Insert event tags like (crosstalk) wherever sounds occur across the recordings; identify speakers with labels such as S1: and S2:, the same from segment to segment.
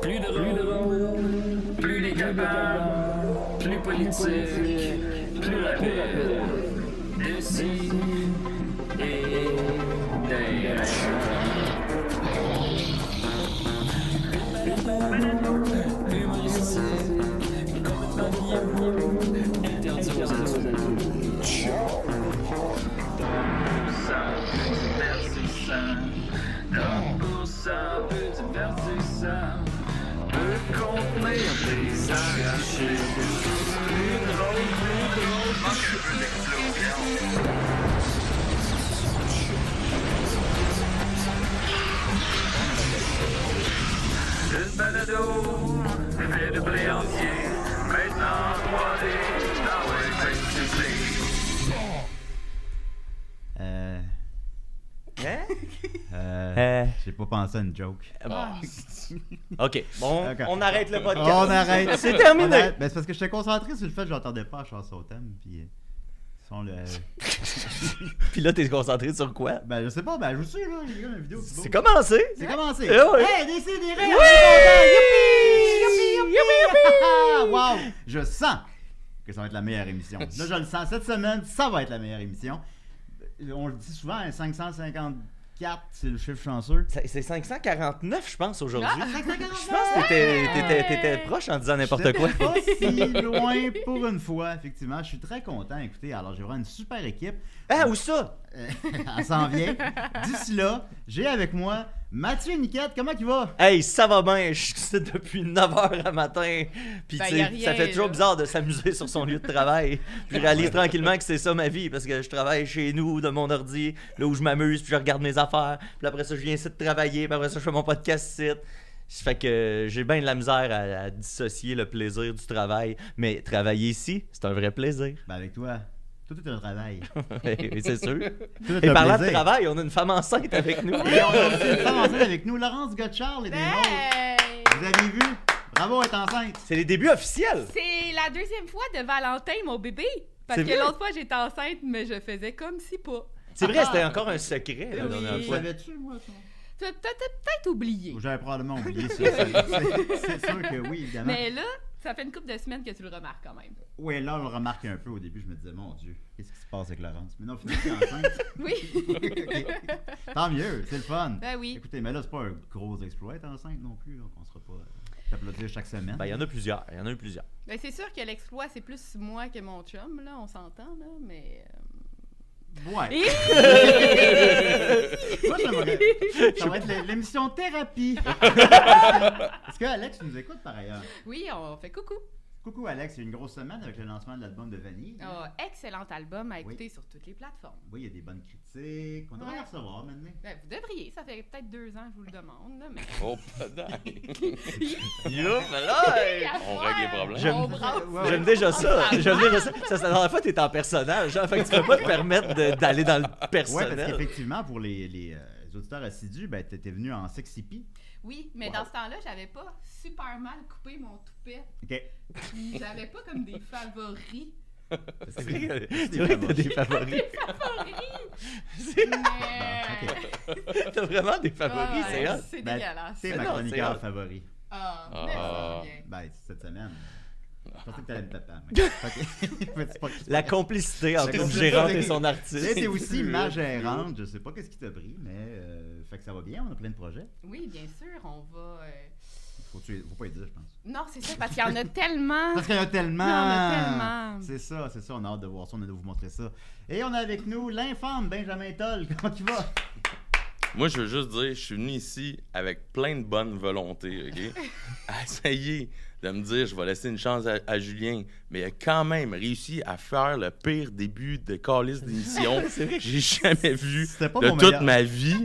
S1: Plus de rôle, plus décapable, plus politique, plus rapide. D'ici et d'ailleurs. Humoristique, compagnie, interdit aux adultes. Ça, divertissant. Comme pour ça, peu divertissant. Peut contenir des arachides. Plus drôle, plus drôle. Manque un peu d'explosion. Une balado, fait de blé entier. Maintenant, 3D, dans le festival.
S2: Euh,
S3: Hein?
S2: euh,
S3: Euh,
S2: J'ai pas pensé à une joke.
S4: Ah,
S3: ok, bon,
S2: D'accord.
S3: on arrête le podcast.
S2: On arrête.
S3: (laughs) C'est terminé.
S2: On arrête. Ben, c'est parce que j'étais concentré sur le fait que j'entendais pas la chanson thème. Puis. euh, ils sont le...
S3: Puis là, t'es concentré sur quoi?
S2: Ben, je sais pas, ben, je vous suis, là, les gars, la vidéo. beau.
S3: C'est commencé!
S2: C'est commencé.
S3: Eh oui.
S2: Hey, décidérez, on est
S3: Oui!
S2: content. Youpi!
S3: Youpi, youpi!
S2: (laughs) wow! Je sens que ça va être la meilleure émission. Là, je le sens. Cette semaine, ça va être la meilleure émission. On le dit souvent, hein, 554, c'est le chiffre chanceux.
S3: Ça- C'est 549, je pense, aujourd'hui.
S2: Ah, 549!
S3: Je pense que t'étais- t'étais t'étais proche en disant n'importe quoi.
S2: J'étais pas
S3: (laughs)
S2: si loin pour une fois, effectivement. Je suis très content. Écoutez, alors j'ai vraiment une super équipe.
S3: Ah, où ça?
S2: Euh, (laughs) Elle s'en vient. D'ici là, j'ai avec moi Mathieu Niquette. Comment tu vas?
S3: Hey, ça va bien, je suis ici depuis 9h à matin. Puis
S4: Ben,
S3: tu
S4: y a
S3: sais,
S4: rien,
S3: ça fait toujours
S4: là.
S3: bizarre de s'amuser sur son lieu de
S4: (laughs)
S3: travail. Puis je réalise tranquillement que c'est ça ma vie parce que je travaille chez nous de mon ordi, là où je m'amuse, puis je regarde mes affaires. Puis après ça, je viens ici de travailler, puis après ça, je fais mon podcast ici. Ça fait que j'ai bien de la misère à, à dissocier le plaisir du travail, mais travailler ici, c'est un vrai plaisir. (laughs) Ben
S2: Ben avec toi, tout est un travail.
S3: Oui,
S2: (laughs)
S3: c'est sûr.
S2: Tout est
S3: Et
S2: un
S3: parlant de
S2: plaisir.
S3: travail, on a une femme enceinte avec
S2: (laughs)
S3: nous.
S2: Et on a aussi une femme enceinte avec nous, Laurence Gotchard, les démons.
S4: Hey!
S2: Vous avez vu? Bravo, elle est enceinte.
S3: C'est les débuts officiels.
S4: C'est la deuxième fois de Valentin, mon bébé. Parce
S3: C'est
S4: que
S3: vrai?
S4: l'autre fois, j'étais enceinte, mais je faisais comme si pas.
S3: C'est vrai,
S2: Ah.
S3: c'était encore un secret la
S4: Oui.
S3: dernière
S2: Je
S3: fois.
S2: Savais-tu, moi, ça?
S4: T'as t'as- t'as peut-être oublié.
S2: J'avais probablement oublié ça. C'est c'est sûr que oui, évidemment.
S4: Mais là, ça fait une couple de semaines que tu le remarques quand même.
S2: Oui, là, on le remarque un peu au début. Je me disais, mon Dieu, qu'est-ce qui se passe avec Laurence? Mais non, finalement, elle est enceinte.
S4: Oui.
S3: (laughs)
S2: Ok. (laughs) Tant mieux, c'est le fun.
S4: Ben oui.
S2: Écoutez, mais là, c'est pas un gros exploit être enceinte non plus. Donc on sera pas euh, t'applaudir chaque semaine.
S3: Ben, il y en a plusieurs, il y en a eu plusieurs.
S4: Ben, c'est sûr que l'exploit, c'est plus moi que mon chum, là, on s'entend, là, mais... euh,
S2: Ouais.
S4: Hi!
S2: Moi, j'aimerais. Ça va être l'é- l'émission thérapie. Est-ce que Alex nous écoute par ailleurs?
S4: (laughs) Oui, on fait coucou.
S2: Coucou Alex, il y a une grosse semaine avec le lancement de l'album de Vanille.
S4: Oh, excellent album à
S2: Oui.
S4: écouter sur toutes les plateformes.
S2: Oui, il y a des bonnes critiques. On devrait
S4: Ouais.
S2: les recevoir maintenant.
S4: Ben, vous devriez, ça fait peut-être deux ans que je vous le demande, là, mais...
S5: Oh,
S2: (laughs)
S5: dingue!
S3: Yo, ben là, hey.
S5: On règle les problèmes.
S3: J'aime-
S4: On brasse.
S2: Ouais, ouais.
S3: Ah, J'aime déjà
S4: Ah,
S3: ça. J'aime déjà ça. Ça, c'est la dernière fois, t'es en personnage. Hein? Fait que tu peux pas te permettre de- d'aller dans le
S2: Oui, parce
S3: personnel.
S2: qu'effectivement, pour les, les, euh, les auditeurs assidus, ben, t'étais venu en sexy pie.
S4: Oui, mais
S2: Wow.
S4: dans ce temps-là, j'avais pas super mal coupé mon toupet.
S2: OK.
S4: Puis J'avais pas comme
S2: (laughs)
S4: des favoris.
S3: c'est vrai que- (laughs) c'est vrai que t'as des favoris.
S4: Favoris!
S3: C'est-
S4: Mais...
S3: T'as vraiment des favoris,
S4: Ouais,
S3: c'est hot.
S4: c'est
S2: Ben,
S4: dégueulasse.
S2: C'est ma
S3: non, c'est
S2: chroniqueur
S3: hot.
S2: favori.
S4: Ah,
S5: Ah.
S4: merci bien.
S2: Ben, c'est cette semaine. Je pensais que t'allais me taper. mais- Ok. (laughs) Mais c'est pas- c'est pas-
S3: La complicité entre
S2: La
S3: une
S2: complicité.
S3: gérante et son
S2: Tu sais,
S3: artiste. Euh,
S2: t'es aussi ma gérante. Je sais pas qu'est-ce qui t'a pris, mais euh, fait que ça va bien. On a plein de projets.
S4: Oui, bien sûr, on va... euh,
S2: Faut, tu- faut pas les dire, je pense.
S4: Non, c'est ça, parce qu'il y en a tellement.
S2: Parce qu'il y en a tellement.
S4: Il y en a tellement.
S2: C'est ça, c'est ça. On a hâte de voir ça. On a de vous montrer ça. Et on a avec nous l'infâme Benjamin Toll. Comment tu vas?
S5: Moi, je veux juste dire, je suis venu ici avec plein de bonne
S2: (laughs)
S5: volonté, OK? À essayer de me dire, je vais laisser une chance à, à Julien, mais il a quand même réussi à faire le pire début de
S2: (laughs)
S5: calice d'émission
S3: C'est vrai
S5: que
S3: que-
S5: j'ai jamais vu
S2: C'était pas
S5: de
S2: mon
S5: toute
S2: meilleur.
S5: ma vie.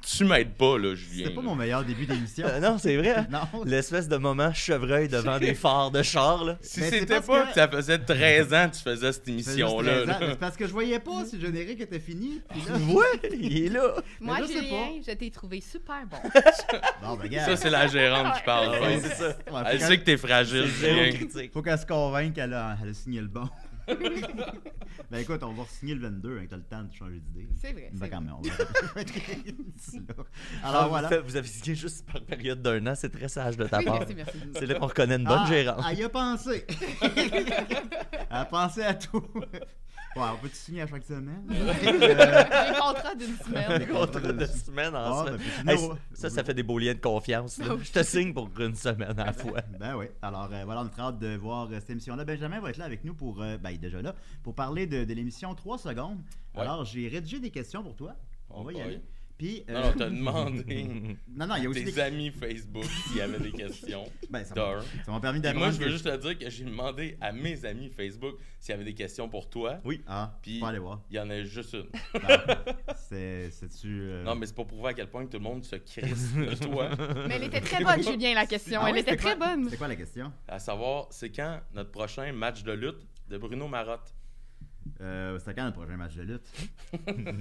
S5: Tu m'aides pas, là, Julien.
S2: C'était pas mon meilleur début d'émission.
S3: Euh, Non, c'est vrai. hein?
S2: (laughs) non.
S3: L'espèce de moment chevreuil devant des phares de char, là.
S5: Si
S2: Mais c'est
S5: c'était
S2: parce
S5: pas
S2: que-
S5: que ça faisait 13 ans que tu faisais cette
S2: Ça fait juste
S5: émission-là,
S2: 13 ans.
S5: là.
S2: C'est parce que je voyais pas si le générique était fini. Puis là,
S3: Ouais, il est (laughs) là.
S4: Moi,
S2: Mais je sais
S4: Julien, je t'ai trouvé super bon.
S2: bon, ben,
S5: ça,
S2: regarde.
S5: c'est la gérante
S2: (laughs)
S5: qui parle.
S3: Ouais,
S5: ouais.
S3: c'est ça.
S2: Ouais, faut
S5: Elle
S2: qu'elle-
S5: sait que t'es fragile,
S3: Zéro
S5: Julien.
S3: critique.
S2: Faut qu'elle se convainque qu'elle a, elle a signé le bon. (laughs) Ben écoute, on va signer le 22 hein, que t'as le temps de changer d'idée.
S4: (laughs) C'est vrai.
S2: Ben
S4: c'est
S2: quand
S4: vrai.
S2: même, on
S4: (laughs)
S2: va- D'ici là.
S3: Ah,
S2: Alors
S3: vous
S2: voilà.
S3: faites- Vous avez signé juste par période d'un an, c'est très sage de ta
S4: Oui,
S3: part.
S4: merci, merci.
S3: C'est là qu'on reconnaît une bonne
S2: Ah,
S3: gérante.
S2: Elle y a pensé. (laughs) elle a pensé à tout. (laughs) Ouais, on peut-tu signer à chaque semaine? Euh,
S4: Les contrats d'une
S3: Des
S4: semaine.
S3: contrats de semaine en
S2: Ah,
S3: semaine.
S2: ben, puis sinon,
S3: Hey, c-
S2: ouais.
S3: ça, ça fait des beaux liens de confiance. là. Je te signe pour une semaine à la fois.
S2: Ben oui. Alors euh, voilà, on est très hâte de voir euh, cette émission-là. Benjamin va être là avec nous pour, euh, ben il est déjà là, pour parler de, de l'émission 3 secondes.
S5: Ouais.
S2: Alors j'ai rédigé des questions pour toi. On
S5: Oh
S2: va y
S5: boy.
S2: aller. Puis,
S5: Non,
S2: euh,
S5: non, t'as demandé
S2: (laughs) non, non, il y a
S5: à
S2: aussi
S5: tes
S2: des...
S5: amis Facebook s'il y avait des questions.
S2: Ben, (laughs) ça m'a-
S5: Dar.
S2: ça m'a permis
S5: Et
S2: d'apprendre.
S5: moi, je veux
S2: que-
S5: juste te dire que j'ai demandé à mes amis Facebook s'il y avait des questions pour toi.
S2: Ah,
S5: Puis-
S2: faut aller
S5: (laughs)
S2: voir.
S5: Il y en a juste une.
S2: Ah, c'est- C'est-tu... euh,
S5: Non, mais c'est pas pour voir à quel point que tout le monde se
S2: (laughs)
S5: crisse de toi.
S4: Mais elle était très bonne, Julien, la question.
S2: ah
S4: elle
S2: ouais,
S4: était
S2: c'était
S4: très
S2: quoi-
S4: bonne.
S2: C'était quoi la question?
S5: À savoir, c'est quand notre prochain match de lutte de Bruno Marotte?
S2: Euh, c'est quand le prochain match de lutte?
S5: (laughs)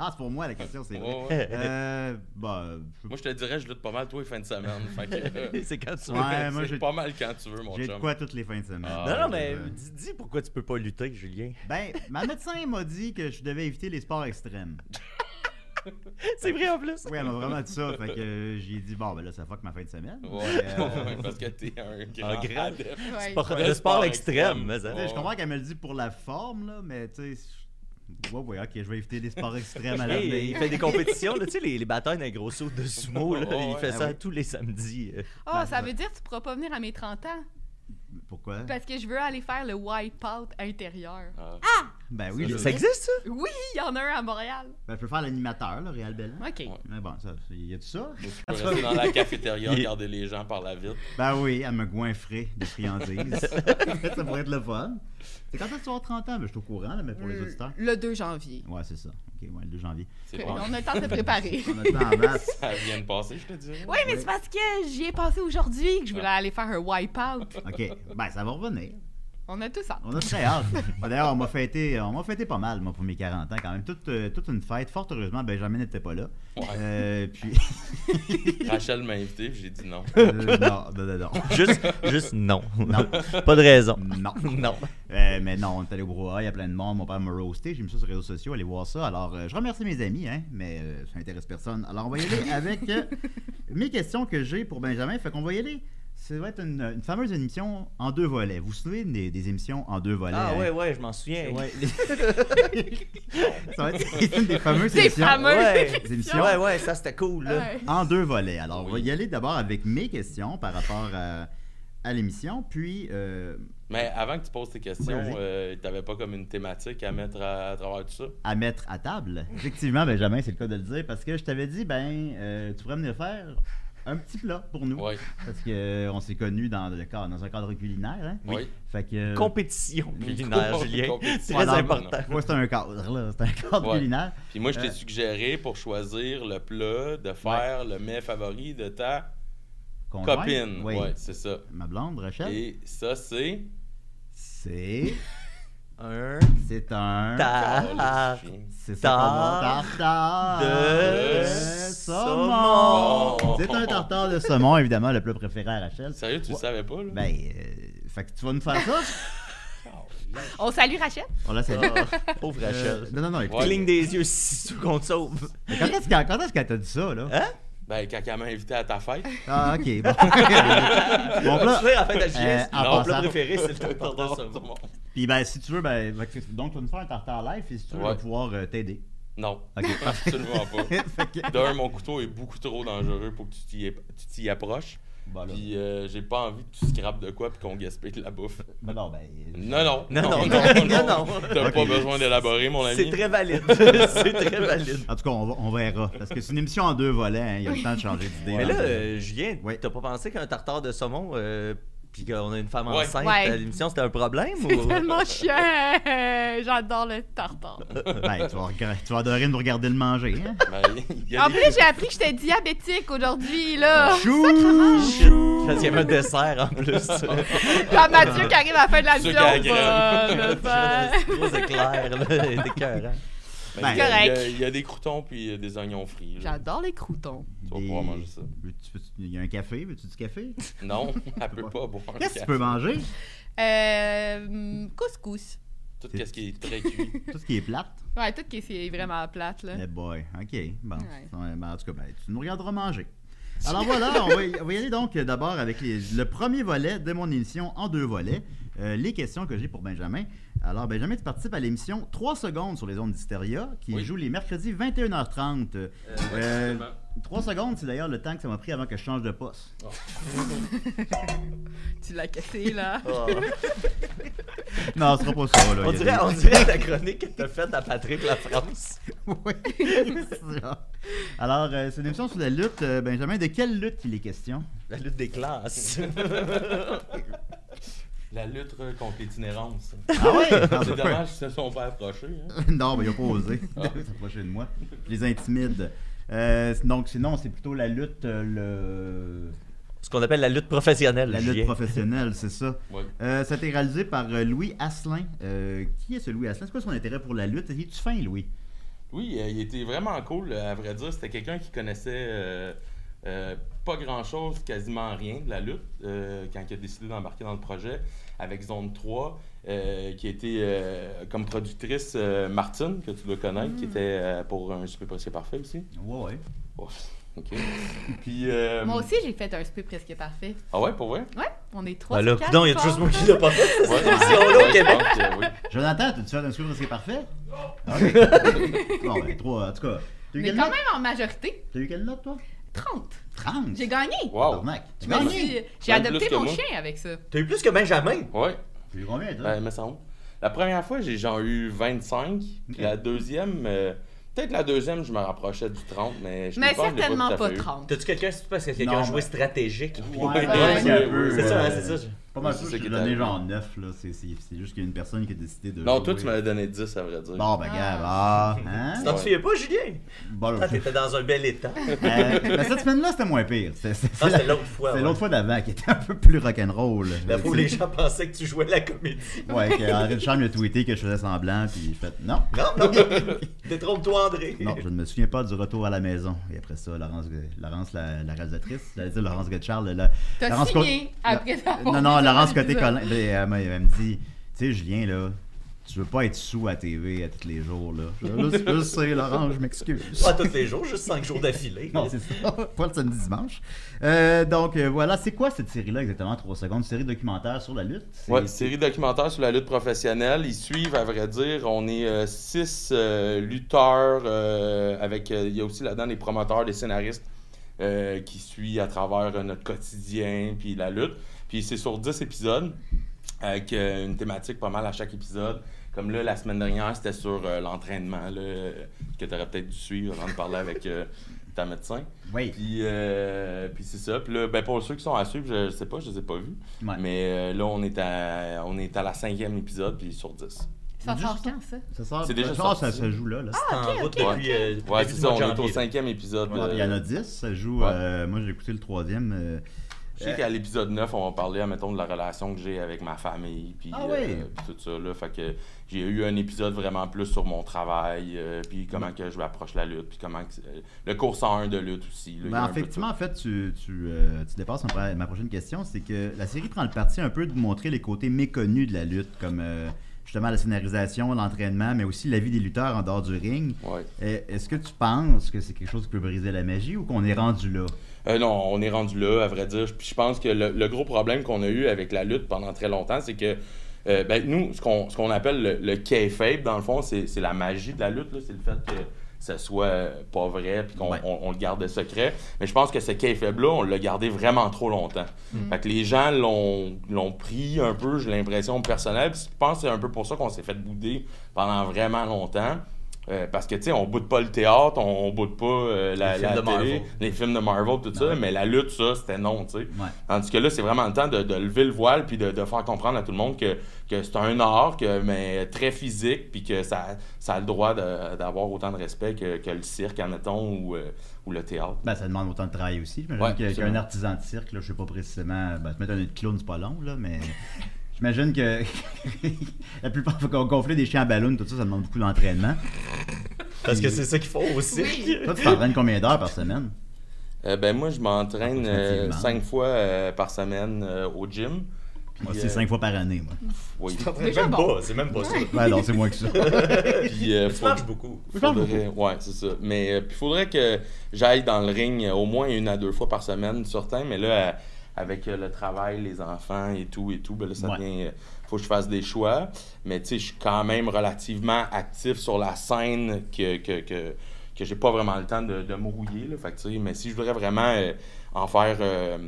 S2: ah, c'est pour moi la question, c'est vrai.
S5: Ouais, ouais.
S2: Euh, bah, je-
S5: Oh. Moi, je te dirais, je lutte pas mal tous les fins de semaine. fait que, euh,
S3: c'est quand tu veux.
S2: Ouais. moi,
S5: (laughs) c'est
S2: j'ai-
S5: pas mal quand tu veux, mon
S2: j'ai de
S5: chum.
S2: quoi toutes les fins de semaine.
S5: Ah,
S3: Non, non, mais
S2: Euh,
S3: dis, dis pourquoi tu peux pas lutter, Julien.
S2: Ben, ma médecin m'a dit que je devais éviter les sports extrêmes.
S3: C'est vrai en plus.
S2: Oui, elle m'a vraiment dit
S5: (laughs)
S2: ça. Fait que euh, j'ai dit, bon, ben là, ça fuck ma fin de semaine.
S5: Ouais,
S2: Euh,
S5: (laughs) ouais, parce que t'es un grand,
S3: Un grand-
S5: adepte.
S4: Ouais.
S3: Sport-
S5: Ouais,
S3: le sport
S5: sport
S3: extrême,
S5: extrême.
S3: mais
S2: tu
S3: ça.
S2: sais, Je comprends qu'elle me le dit pour la forme, là, mais tu sais. je- Ouais, ouais, ok, je vais éviter les sports extrêmes à
S5: (laughs)
S3: Hey, il
S2: l'avenir.
S3: fait des compétitions, là, tu sais, les, les batailles d'un gros saut de sumo, là,
S5: Oh, ouais.
S3: il fait
S2: Ah
S3: ça
S2: oui.
S3: tous les samedis. euh.
S4: Oh, ça veut dire que tu pourras pas venir à mes 30 ans
S2: Pourquoi?
S4: parce que je veux aller faire le wipe-out intérieur.
S5: Ah.
S2: Ben oui,
S5: Ça
S2: je-
S3: Ça existe, ça?
S4: Oui, il y en a un à Montréal.
S2: ben, je peux faire l'animateur, là, Réal Bellin.
S4: OK.
S5: Ouais.
S2: Mais bon, ça, il y a tout ça.
S5: Tu peux rester dans
S2: (laughs)
S5: la cafétéria, regarder les gens par la vitre.
S2: Ben oui, elle me goinfrait de friandises. ça pourrait être le fun. C'est quand est-ce que tu vas avoir 30 ans? Ben, je suis au courant, là, mais pour
S4: Hmm.
S2: les auditeurs.
S4: Le 2 janvier.
S2: Ouais, c'est ça. Ok, ouais, le 2 janvier.
S5: C'est bon.
S4: On a le temps de
S2: (laughs)
S4: se préparer.
S2: On a le temps en masse.
S5: Ça vient de passer, je te dis.
S4: Oui, mais c'est parce que j'y ai passé aujourd'hui que je voulais aller faire un wipe-out.
S2: OK. Ben, ça va revenir.
S4: On a tout ça.
S2: On a très hâte. Ben, D'ailleurs, on m'a fêté, on m'a fêté pas mal, moi, pour mes 40 ans, quand même. Toute, euh, toute une fête. Fort heureusement, Benjamin n'était pas là.
S5: Ouais.
S2: Euh, puis.
S5: (laughs) Rachel m'a invité, puis j'ai
S2: (laughs)
S5: dit non.
S2: euh, non, non, non, non.
S3: Juste, juste non.
S2: Non.
S3: (laughs) Pas de raison.
S2: Non.
S3: Non.
S2: Euh, mais non, on est allé au brouhaha, il y a plein de monde. Mon père m'a roasté, j'ai mis ça sur les réseaux sociaux, allez voir ça. Alors, euh, je remercie mes amis, hein, mais euh, ça n'intéresse personne. Alors, on va y aller avec euh, mes questions que j'ai pour Benjamin. Fait qu'on va y aller. Ça va être une, une fameuse émission en deux volets. Vous vous souvenez des, des émissions en deux volets?
S3: Ah
S2: hein?
S3: ouais, ouais, je m'en souviens.
S2: Ouais. ça va être une (laughs) des fameuses
S4: Des
S2: émissions
S4: fameuses
S3: Ouais.
S2: émissions
S3: Ouais, ouais, ça c'était cool, là.
S4: Ouais.
S2: en deux volets. Alors, on va
S5: Oui.
S2: y aller d'abord avec mes questions par rapport à, à l'émission, puis... euh,
S5: Mais avant que tu poses tes questions,
S2: Vas-y.
S5: euh, t'avais pas comme une thématique à mettre à, à travers tout ça?
S2: à mettre à table. Effectivement, Benjamin, c'est le cas de le dire, parce que je t'avais dit, ben, euh, tu pourrais venir faire un petit plat pour nous.
S5: Oui.
S2: Parce que euh, on s'est connus dans, le cadre, dans un cadre culinaire. Hein?
S5: Oui.
S2: Fait que.
S3: (laughs) Compétition
S5: Une
S3: culinaire,
S5: co-
S3: Euh, Julien.
S5: compétition.
S3: Très
S2: Ouais,
S3: important.
S2: Ouais, c'est un cadre, là. C'est un cadre
S5: Ouais.
S2: culinaire.
S5: Puis moi, je t'ai
S2: Euh.
S5: suggéré pour choisir le plat de faire le mets favori de ta
S2: Conjoint.
S5: copine.
S2: Oui. Hein?
S5: Ouais, c'est ça.
S2: Ma blonde, Rachel.
S5: Et ça, c'est.
S2: C'est.
S3: Un
S2: C'est un. ah,
S3: tard.
S5: Oh, le chien.
S2: C'est ça.
S3: Tarte
S2: Tartare
S3: de
S2: saumon.
S5: saumon.
S2: C'est un tartare de saumon, évidemment, le plat préféré à Rachel.
S5: Sérieux, tu le
S2: Ouais.
S5: savais pas, là?
S2: Ben, euh, fait que tu vas nous faire ça?
S4: On salue Rachel.
S2: On l'a salué. (laughs)
S3: Ah, Pauvre
S2: Oh, Euh,
S3: Rachel.
S2: non, non, non, écoute.
S5: Ouais.
S3: Cligne des yeux si tu qu'on te sauve.
S2: Mais Quand est-ce qu'elle quand est-ce qu'elle t'a dit ça, là?
S3: Hein?
S5: Ben, quand elle m'a invité à
S2: (laughs)
S5: ta fête.
S2: Ah, ok,
S5: (laughs)
S2: bon. bon,
S3: Tu
S2: là.
S3: sais, en fait, à Julien,
S2: Euh, en
S3: mon plat
S2: passant-
S3: préféré, c'est
S5: (laughs)
S3: le tartare de saumon.
S5: non.
S2: Puis, ben, si tu veux, ben, donc, tu vas nous faire un tartare live, et si tu veux, on va
S5: Ouais.
S2: pouvoir euh, t'aider. (laughs) Ok, parfait.
S5: (laughs) absolument pas.
S2: fait que.
S5: (laughs) D'un, mon couteau est beaucoup trop dangereux pour que tu t'y, tu t'y approches.
S2: Bon, là.
S5: Puis euh, j'ai pas envie que tu scrapes de quoi puis qu'on gaspille de la bouffe.
S2: Ben, non, ben.
S5: Non, non.
S3: Non, non, non, non.
S5: T'as
S2: Ok.
S5: pas besoin d'élaborer, mon
S3: C'est
S5: ami.
S3: très
S5: (laughs)
S3: valide. c'est très valide.
S2: En tout cas, on, va- on verra. Parce que c'est une émission en deux volets, hein. Il y a le temps de changer d'idée.
S3: Mais
S2: dans
S3: là,
S2: le-
S3: euh, Julien,
S2: Ouais.
S3: t'as pas pensé qu'un tartare de saumon, euh, puis qu'on a une femme
S5: Ouais.
S3: enceinte
S4: Ouais.
S3: à l'émission, c'était un problème?
S4: C'est
S3: ou-
S4: tellement chiant. Euh, J'adore le tartare.
S2: Ben, tu vas, regret- tu vas adorer nous regarder le manger, hein.
S5: Ben, il y a
S4: En
S5: des-
S4: plus, j'ai appris que j'étais diabétique aujourd'hui, là.
S3: Ah,
S2: Chou!
S3: Parce qu'il y avait un dessert en plus.
S4: Quand Mathieu Ah, qui arrive à la fin de la Euh,
S5: Sucre
S4: vision,
S5: à la
S4: va, va.
S3: (laughs) Gros éclairs, là, (laughs) des cœurs.
S5: ben, il y
S4: correct.
S5: a- il y a- il y a des croutons puis euh, des oignons frits. là.
S4: J'adore les croutons.
S5: Tu vas pouvoir manger ça.
S2: Veux-tu- veux-tu- Il y a un café, veux-tu du café?
S5: Non, elle peut pas boire.
S2: Qu'est-ce que tu peux manger?
S4: Euh, hum, couscous.
S5: Tout
S2: C'est-
S5: ce qui est très cuit.
S2: Tout ce qui est plate.
S4: Ouais, tout qui est vraiment plate, là.
S2: Eh boy, ok. Bon,
S4: Ouais.
S2: Ouais, ben, en tout cas, ben, tu nous regarderas manger. Alors voilà, on va y, on va y aller donc euh, d'abord avec les- le premier volet de mon émission en deux volets, euh, les questions que j'ai pour Benjamin. Alors Benjamin, tu participes à l'émission 3 secondes sur les ondes d'Hysteria qui
S5: Oui.
S2: joue les mercredis 21h30. Euh,
S5: ouais, absolument.
S2: 3 secondes, c'est d'ailleurs le temps que ça m'a pris avant que je change de poste.
S4: Tu l'as cassé, là.
S6: Ah.
S5: Oh.
S2: Non, ce sera pas ça. Là.
S6: On,
S2: Il y a
S6: dirait,
S2: des-
S6: on dirait la chronique que t'as faite à Patrick La France.
S2: (laughs) Oui, c'est ça. Alors, euh, c'est une émission sur la lutte. Euh, Benjamin, de quelle lutte il est question?
S6: La lutte des classes.
S5: La lutte euh, contre
S3: (laughs)
S5: l'itinérance.
S2: Ah oui?
S5: C'est dommage qu'ils se sont pas approchés. hein.
S2: (laughs) non, mais il n'a pas osé (laughs) de s'approcher de moi. Je les intimide. Euh, donc, sinon, c'est plutôt la lutte, euh,
S6: Ce qu'on appelle la lutte professionnelle.
S2: le... la
S6: Julien.
S2: lutte professionnelle, c'est ça.
S5: Ouais.
S2: Euh, ça a été réalisé par euh, Louis Asselin. Euh, qui est ce Louis Asselin? C'est quoi son intérêt pour la lutte? Il est fin, Louis?
S5: Oui, euh, il était vraiment cool. euh, À vrai dire, c'était quelqu'un qui connaissait euh, euh, pas grand-chose, quasiment rien de la lutte, euh, quand il a décidé d'embarquer dans le projet avec Zone 3, euh, qui était euh, comme productrice euh, Martine, que tu dois connaître, qui était euh, pour un super presque parfait aussi.
S2: Ouais, ouais.
S5: Oh, OK. Puis. euh,
S4: Moi aussi, j'ai fait un souper presque parfait.
S5: Ah ouais, pour vrai?
S4: Ouais, on est trois.
S3: Ben
S6: Ah là,
S4: sur quatre,
S6: coudonc, il y a
S4: je
S6: juste
S4: pense.
S6: moi qui l'ai pas fait.
S5: Ouais,
S6: émission-là au
S5: je pense que oui.
S2: Jonathan, tu fais un script presque parfait? Non! (laughs) bon, ben, trois, en tout cas. T'as eu,
S4: Mais
S2: quelle
S4: quand
S2: note?
S4: même en majorité,
S2: T'as eu quelle note, toi?
S4: 30.
S2: 30?
S4: J'ai gagné.
S5: Wow.
S2: Tabarnak. T'as
S4: Je me
S2: gagné?
S4: suis- J'ai
S5: Même plus
S4: adopté
S5: que
S4: mon
S5: moi.
S4: chien avec ça.
S6: T'as eu plus que Benjamin.
S5: Ouais.
S2: J'ai eu combien, toi?
S5: Ben, me semble. La première fois, j'ai genre eu 25. Puis
S2: Ok.
S5: la deuxième, euh, peut-être la deuxième, je me rapprochais du 30, mais je
S4: Mais
S5: pense que je l'ai
S4: certainement
S5: tout à
S4: pas
S5: fait eu.
S4: 30.
S6: T'as-tu quelqu'un, c'est parce que
S2: Non,
S6: quelqu'un a
S2: mais-
S6: joué stratégique?
S2: Ouais,
S4: Ouais,
S2: c'est un
S5: ouais,
S2: peu,
S5: ouais.
S6: C'est ça, hein,
S2: euh,
S6: c'est ça. je-
S2: Pas mal
S5: C'est
S2: sûr
S5: ça
S2: que j'ai
S5: qui
S2: donné
S5: t'arrive.
S2: genre 9, là. C'est c'est- c'est juste qu'il y a une personne qui a décidé de.
S5: Non, toi, tu
S2: jouer.
S5: m'avais donné 10, à vrai dire.
S2: Bon, ben, gars, ah, hein?
S6: Tu t'en
S5: Ouais.
S6: souviens pas, Julien?
S2: Bon, là,
S6: Ah,
S2: je-
S6: t'étais dans un bel état.
S2: Euh, ben, cette semaine-là, c'était moins pire. C'est c'est-
S6: Ah,
S2: c'est la-
S6: c'était l'autre fois.
S2: c'est
S6: ouais.
S2: l'autre fois d'avant qui était un peu plus rock'n'roll.
S6: La fois où
S2: Ouais,
S6: les gens pensaient que tu jouais la comédie.
S2: Ouais, que Henri de Charme lui a tweeté que je faisais semblant, puis j'ai fait non.
S6: Non, non, détrompe-toi, André.
S2: Non, je ne me souviens pas du retour à la maison. Et après ça, Laurence, Laurence la, la réalisatrice, j'allais dire Laurence Godchard, la- la-
S4: T'as
S2: Laurence
S4: signé
S2: Co-
S4: après ça.
S2: Non, non, Laurence Côté-Colin, ben, elle, m'a- elle me dit, tu sais, Julien, là, tu veux pas être sous à TV à tous les jours, là. Je, je- je sais, Laurence, je
S3: (laughs)
S2: m'excuse.
S6: Pas tous les jours, juste 5 jours d'affilée.
S2: Non, c'est ça, pas le samedi dimanche. Euh, donc, euh, voilà, c'est quoi cette série-là exactement, 3 secondes? Une série documentaire sur la lutte? C'est-
S5: Ouais, série documentaire sur la lutte professionnelle. Ils suivent, à vrai dire, on est euh, six euh, lutteurs euh, avec, euh, il y a aussi là-dedans des promoteurs, des scénaristes euh, qui suivent à travers euh, notre quotidien puis la lutte. Puis c'est sur 10 épisodes avec euh, une thématique pas mal à chaque épisode. Comme là, la semaine dernière, c'était sur euh, l'entraînement là, euh, que tu aurais peut-être dû suivre avant de parler avec euh, ta médecin.
S2: Oui.
S5: Puis, euh, puis c'est ça. Puis là, ben pour ceux qui sont à suivre, je, je sais pas, je les ai pas vus.
S2: Ouais.
S5: Mais euh, là, on est, à, on est à la cinquième épisode, puis sur 10.
S4: Ça sort
S2: Juste-
S4: quand, ça?
S2: Ça sort,
S5: C'est déjà
S2: ça, sort, ça
S5: sorti. Ah!
S2: se joue là. là.
S6: C'est en route depuis. euh, depuis
S5: Ouais,
S6: le
S5: c'est
S6: début
S5: ça,
S6: du mois
S5: on
S6: de
S5: est au
S6: janvier.
S5: cinquième épisode.
S2: Ouais,
S5: euh,
S2: Il y en a 10, ça se joue.
S5: Ouais.
S2: euh, moi, j'ai écouté le troisième. euh,
S5: je sais qu'à l'épisode 9, on va parler, admettons, de la relation que j'ai avec ma famille, puis,
S2: Ah
S5: euh,
S2: ouais.
S5: puis tout ça. Là. Fait que j'ai eu un épisode vraiment plus sur mon travail, euh, puis comment que je m'approche la lutte, puis comment que, euh, le cours 101 de lutte aussi. là, il y a
S2: Ben,
S5: un peu de
S2: effectivement,
S5: tout.
S2: en fait, tu, tu, euh, tu dépasses ma, pro- ma prochaine question. C'est que la série prend le parti un peu de montrer les côtés méconnus de la lutte, comme euh, justement la scénarisation, l'entraînement, mais aussi la vie des lutteurs en dehors du ring.
S5: Ouais.
S2: Et- Est-ce que tu penses que c'est quelque chose qui peut briser la magie ou qu'on est rendu là?
S5: Euh, non, on est rendu là, à vrai dire. Puis je pense que le, le gros problème qu'on a eu avec la lutte pendant très longtemps, c'est que euh, ben, nous, ce qu'on ce qu'on appelle le, le kayfabe, dans le fond, c'est c'est la magie de la lutte. là. C'est le fait que ça soit euh, pas vrai puis qu'on
S2: Ouais.
S5: on- on le garde secret. Mais je pense que ce kayfabe-là, on l'a gardé vraiment trop longtemps.
S6: Mm.
S5: Fait que les gens l'ont l'ont pris un peu, j'ai l'impression, personnelle. Puis je pense que c'est un peu pour ça qu'on s'est fait bouder pendant vraiment longtemps. Euh, parce que, tu sais, on boude pas le théâtre, on, on boude pas euh, la,
S6: Les films
S5: la
S6: de
S5: télé,
S6: Marvel.
S5: les films de Marvel, tout ça, mais la lutte, ça, c'était non, tu sais.
S2: Ouais.
S5: Tandis que là, c'est vraiment le temps de, de lever le voile puis de, de faire comprendre à tout le monde que, que c'est un art, que, mais très physique, puis que ça, ça a le droit de- d'avoir autant de respect que, que le cirque, admettons, ou, euh, ou le théâtre.
S2: Ben, ça demande autant de travail aussi. J'imagine
S5: Ouais,
S2: que- qu'un
S5: absolument.
S2: artisan de cirque, là, je sais pas précisément, ben, se mettre un nez de clown, c'est pas long, là, mais (laughs) j'imagine que (laughs) la plupart, faut qu'on gonfler des chiens à ballon, tout ça, ça demande beaucoup d'entraînement.
S6: Parce que c'est ça qu'il faut aussi.
S4: Oui.
S2: Toi, tu t'entraînes combien d'heures par semaine?
S5: Euh, ben moi, je m'entraîne euh,
S2: Approximativement.
S5: cinq fois euh, par semaine euh, au gym.
S6: Puis,
S2: Moi,
S6: euh,
S2: c'est cinq fois par année, moi.
S5: (laughs) Oui.
S4: Déjà
S5: même
S4: bon.
S5: pas, c'est même pas ça. Euh,
S2: Ben non, c'est moins que ça.
S5: Puis, euh,
S6: Tu
S5: faut-
S6: marches beaucoup.
S2: Je parle
S5: faudrait- Ouais, c'est ça. Mais il faudrait que j'aille dans le ring euh, au moins une à deux fois par semaine, certain. Mais là, euh, avec euh, le travail, les enfants et tout, et tout, ben là, ça
S2: Ouais.
S5: devient. euh, faut que je fasse des choix. Mais tu sais, je suis quand même relativement actif sur la scène que, que, que, que j'ai pas vraiment le temps de, de me rouiller. Là. Fait que, tu sais, mais si je voudrais vraiment euh, en faire euh,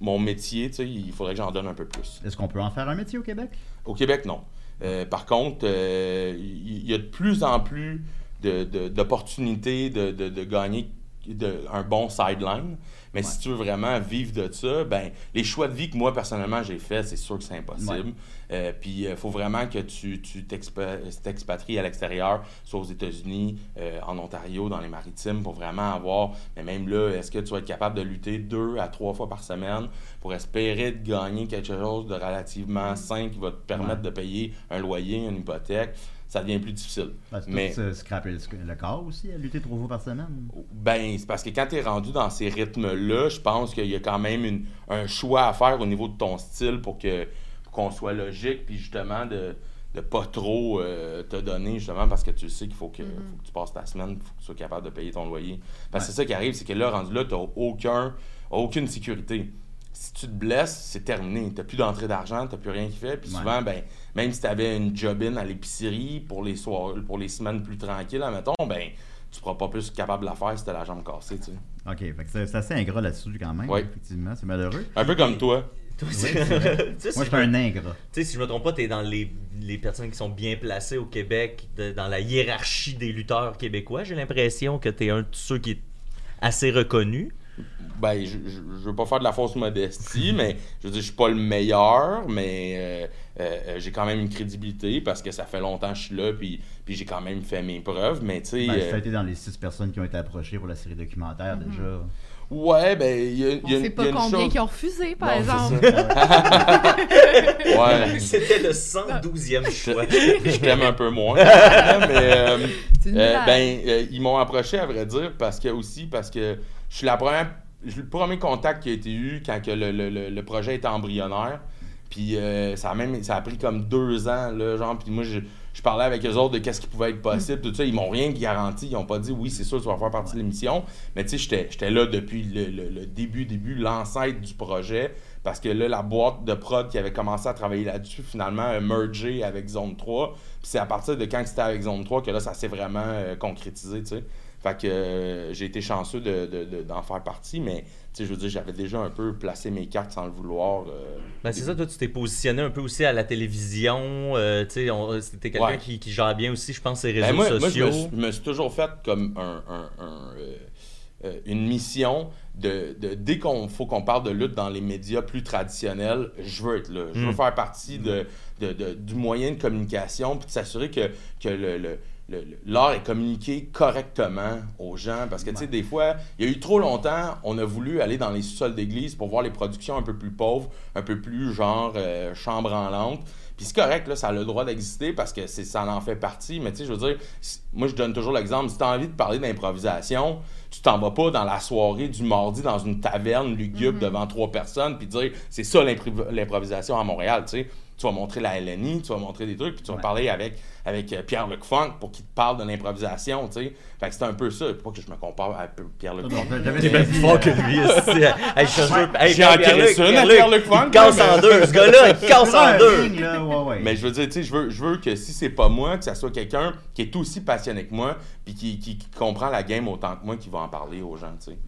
S5: mon métier, tu sais, il faudrait que j'en donne un peu plus.
S2: Est-ce qu'on peut en faire un métier au Québec?
S5: Au Québec, non. Euh, par contre, euh, il il y, a de plus en plus de- de- d'opportunités de, de, de gagner de- un bon sideline. Mais si tu veux vraiment vivre de ça, ben les choix de vie que moi, personnellement, j'ai fait, c'est sûr que c'est impossible. Euh, Puis il faut vraiment que tu tu t'expa- t'expatries à l'extérieur, soit aux États-Unis, euh, en Ontario, dans les maritimes, pour vraiment avoir. Mais même là, est-ce que tu vas être capable de lutter deux à trois fois par semaine pour espérer de gagner quelque chose de relativement sain qui va te permettre de payer un loyer, une hypothèque? Ça devient plus difficile.
S2: Parce que
S5: Mais-
S2: tout se scraper le, le corps aussi, à lutter trois fois par semaine.
S5: Ben, c'est parce que quand tu es rendu dans ces rythmes-là, je pense qu'il y a quand même une- un choix à faire au niveau de ton style pour que pour qu'on soit logique, puis justement de de pas trop euh, te donner, justement, parce que tu sais qu'il faut que, faut que tu passes ta semaine, faut que tu sois capable de payer ton loyer. Parce que c'est ça qui arrive, c'est que là, rendu là, tu aucun, aucune sécurité. Si tu te blesses, c'est terminé. Tu plus d'entrée d'argent, tu plus rien qui fait. Puis
S2: Ouais.
S5: souvent, ben, même si tu avais une job-in à l'épicerie pour les soirs, pour les semaines plus tranquilles, admettons, ben, tu seras pas plus capable de la faire si t'as la jambe cassée, tu sais.
S2: OK, fait que c'est c'est assez ingrat là-dessus quand même,
S5: Oui.
S2: effectivement, c'est malheureux.
S5: Un peu comme toi.
S6: Toi,
S2: Oui,
S6: c'est-
S2: c'est vrai.
S5: (laughs)
S6: Tu sais,
S2: Moi,
S6: si
S2: je suis un ingrat.
S6: Tu sais, si je me trompe pas, t'es dans les, les personnes qui sont bien placées au Québec, de- dans la hiérarchie des lutteurs québécois. J'ai l'impression que t'es un de ceux qui est assez reconnu.
S5: Ben, je, je, je veux pas faire de la fausse modestie, mais je veux dire, je suis pas le meilleur, mais euh, euh, euh, j'ai quand même une crédibilité parce que ça fait longtemps que je suis là, puis, puis j'ai quand même fait mes preuves, mais tu sais.
S2: Ben,
S5: euh,
S2: ça a été dans les six personnes qui ont été approchées pour la série documentaire déjà.
S5: ouais, ben, il y a,
S4: On
S5: il y
S4: sait
S5: a une- il y
S4: pas
S5: a une
S4: combien
S5: chose-
S4: qui ont refusé, par
S5: Non,
S4: exemple.
S5: c'est (laughs)
S4: (laughs)
S5: ça. ouais.
S6: (laughs) C'était le
S5: (laughs)
S6: 112e choix. Ben,
S5: Je t'aime un peu
S4: (laughs)
S5: moins. mais, euh,
S4: C'est une
S5: Euh,
S4: blague.
S5: ben, euh, ils m'ont approché, à vrai dire, parce que aussi, parce que je suis la première, je suis le premier contact qui a été eu quand que le, le- le- le projet était embryonnaire. Puis euh, ça, a même, ça a pris comme deux ans, là, genre. Puis moi, je, je parlais avec eux autres de qu'est-ce qui pouvait être possible, tout ça. Ils m'ont rien garanti. Ils n'ont pas dit, oui, c'est sûr, tu vas faire partie de l'émission. Mais tu sais, j'étais- j'étais là depuis le, le- le début, début, l'ancêtre du projet. Parce que là, la boîte de prod qui avait commencé à travailler là-dessus, finalement, a mergé avec Zone 3. Puis c'est à partir de quand que c'était avec Zone 3 que là, ça s'est vraiment euh, concrétisé, tu sais. Fait que euh, j'ai été chanceux de- de- de- d'en faire partie, mais tu sais, je veux dire, j'avais déjà un peu placé mes cartes sans le vouloir. euh,
S6: Ben, c'est ça, toi, tu t'es positionné un peu aussi à la télévision. euh, tu sais, on- c'était quelqu'un
S5: Ouais.
S6: qui, qui gère bien aussi, je pense, ses réseaux
S5: Ben, moi, moi, je
S6: sociaux.
S5: me suis- je, me, suis toujours fait comme un- un- un, euh, euh, une mission de, de- dès qu'on faut qu'on parle de lutte dans les médias plus traditionnels, je veux être là. Je veux
S6: Mm.
S5: faire partie de, de- de- du moyen de communication puis de s'assurer que, que le- le- le- le- l'art est communiqué correctement aux gens. Parce que, tu sais, des fois, il y a eu trop longtemps, on a voulu aller dans les sous-sols d'église pour voir les productions un peu plus pauvres, un peu plus genre euh, chambre en lampe. Puis c'est correct, là, ça a le droit d'exister parce que c'est, ça en fait partie. Mais tu sais, je veux dire, si- moi, je donne toujours l'exemple. Si tu as envie de parler d'improvisation, tu t'en vas pas dans la soirée du mardi dans une taverne lugubre devant trois personnes puis dire c'est ça l'impri- l'improvisation à Montréal, tu sais. Tu vas montrer la LNI, tu vas montrer des trucs, puis tu vas
S2: Ouais.
S5: parler avec, avec euh, Pierre-Luc Funk pour qu'il te parle de l'improvisation, tu sais. Fait que c'est un peu ça. Pas que je me compare à Pierre-Luc Funk.
S2: J'avais euh,
S6: T'es même plus fort que
S3: (laughs)
S6: lui aussi. Hey, je te jure. Hey,
S5: J'ai en
S6: Pierre-Luc,
S5: crissé une à
S6: Pierre-Luc,
S5: Pierre-Luc Funk,
S6: il casse
S5: là,
S6: en
S5: mais-
S6: deux. Ce gars-là,
S5: (laughs)
S6: il casse en deux.
S5: Mais je veux dire, tu sais, je veux, je veux que si c'est pas moi, que ça soit quelqu'un qui est aussi passionné que moi, puis qui, qui- qui comprend la game autant que moi, qui va en parler aux gens, tu sais.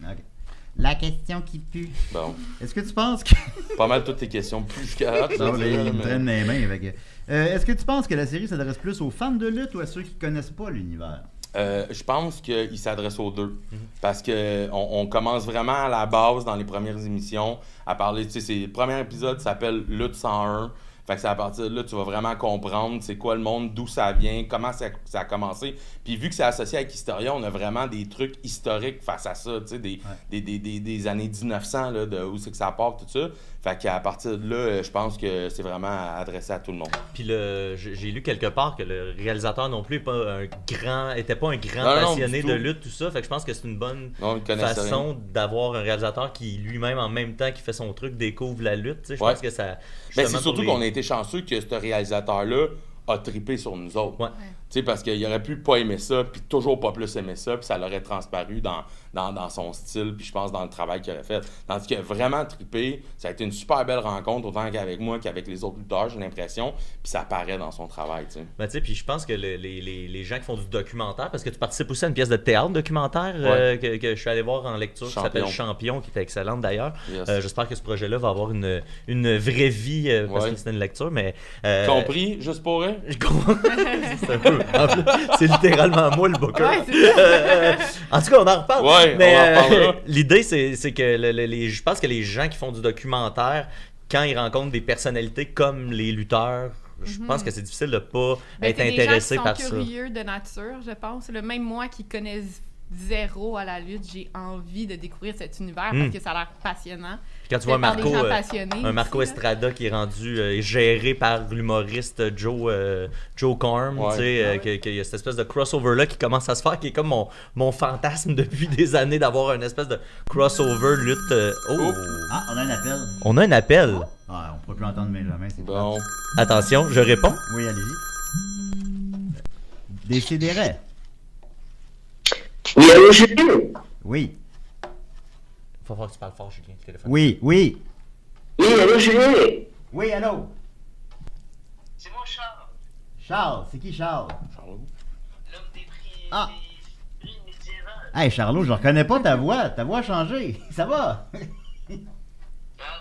S2: La question qui pue.
S5: Bon,
S2: Est-ce que tu penses que.
S5: pas mal toutes tes questions plus jusqu'à là, tu
S2: (laughs) Non,
S5: sais,
S2: mais
S5: là,
S2: il me
S5: mais-
S2: traîne dans les mains avec. Euh, Est-ce que tu penses que la série s'adresse plus aux fans de lutte ou à ceux qui connaissent pas l'univers?
S5: Euh, je pense qu'il s'adresse aux deux. Parce que on, on commence vraiment à la base dans les premières émissions à parler. Tu sais, c'est- le premier épisode s'appelle Lutte 101. Fait que c'est à partir de là tu vas vraiment comprendre c'est quoi le monde, d'où ça vient, comment ça, ça a commencé. Puis vu que c'est associé avec Historia, on a vraiment des trucs historiques face à ça, tu sais, des, des, des, des- des années 1900, là, de où c'est que ça part, tout ça. Fait qu'à partir de là, euh, je pense que c'est vraiment adressé à tout le monde.
S3: Puis le, j'ai j'ai lu quelque part que le réalisateur non plus est pas un grand, était pas un grand
S5: Non, non,
S3: passionné
S5: du
S3: de
S5: tout.
S3: lutte, tout ça. Fait que je pense que c'est une bonne
S5: Non, on ne connaissait rien.
S3: façon d'avoir un réalisateur qui lui-même, en même temps qu'il fait son truc, découvre la lutte. tu sais. Je
S5: Ouais.
S3: pense que ça.
S5: Ben,
S3: justement,
S5: c'est
S3: pour
S5: surtout
S3: les-
S5: qu'on a été chanceux que ce réalisateur-là a tripé sur nous autres.
S3: Ouais.
S5: Tu sais, parce qu'il aurait pu pas aimer ça, puis toujours pas plus aimer ça, puis ça l'aurait transparu dans, dans, dans son style, puis je pense dans le travail qu'il aurait fait. Tandis qu'il a vraiment trippé, ça a été une super belle rencontre, autant qu'avec moi qu'avec les autres lutteurs, j'ai l'impression, puis ça paraît dans son travail, tu sais.
S3: Ben, tu sais, puis je pense que le- les, les- les gens qui font du documentaire, parce que tu participes aussi à une pièce de théâtre documentaire euh, que, que je suis allé voir en lecture qui s'appelle Champion, qui était excellente d'ailleurs.
S5: Yes.
S3: Euh, J'espère que ce projet-là va avoir une, une vraie vie, euh, parce
S5: Ouais.
S3: que c'était une lecture, mais... euh,
S5: Compris, juste pour eux?
S3: je com- (laughs) c'est un peu- en plus, c'est littéralement moi le booker.
S4: Ouais,
S3: (laughs)
S4: c'est ça.
S3: Euh, en tout cas, on en reparle.
S5: Ouais, on
S3: mais
S5: en
S3: euh,
S5: reparlera.
S3: (laughs) l'idée, c'est c'est que le- le- les, je pense que les gens qui font du documentaire, quand ils rencontrent des personnalités comme les lutteurs, je
S4: Mhm.
S3: pense que c'est difficile de pas
S4: Ben,
S3: être
S4: c'est des gens qui
S3: intéressé
S4: sont
S3: par ça.
S4: curieux de nature, je pense. Le même moi qui connais z- zéro à la lutte, j'ai envie de découvrir cet univers
S3: Mm.
S4: parce que ça a l'air passionnant.
S3: Puis Quand tu
S4: Fait
S3: vois un
S4: par des
S3: Marco,
S4: gens
S3: euh,
S4: passionnés
S3: un Marco
S4: aussi, là.
S3: Estrada qui est rendu euh, géré par l'humoriste Joe euh, Joe Corm,
S5: Ouais.
S3: tu sais, euh, que- qu'il y a cette espèce de crossover là qui commence à se faire, qui est comme mon, mon fantasme (laughs) depuis des années d'avoir une espèce de crossover lutte. euh, oh,
S2: Ah, on a un appel.
S3: on a un appel.
S2: Ah, on ne peut plus entendre Benjamin, c'est bon.
S3: (laughs)
S5: Bon.
S3: Attention, je réponds.
S2: Oui, allez-y. Décidérez.
S7: Oui, allô, Julien?
S2: Oui,
S3: Faut voir que tu parles fort, Julien, le téléphone.
S2: oui, oui.
S7: Oui, allô, Julien?
S2: Oui, allô? C'est moi, Charles. Charles, c'est qui Charles?
S8: L'homme des prix
S2: Ah.
S8: des ruines médiévales.
S2: Hey, Charlot, je reconnais pas ta voix. Ta voix a changé. (laughs) Ça va?
S8: Ah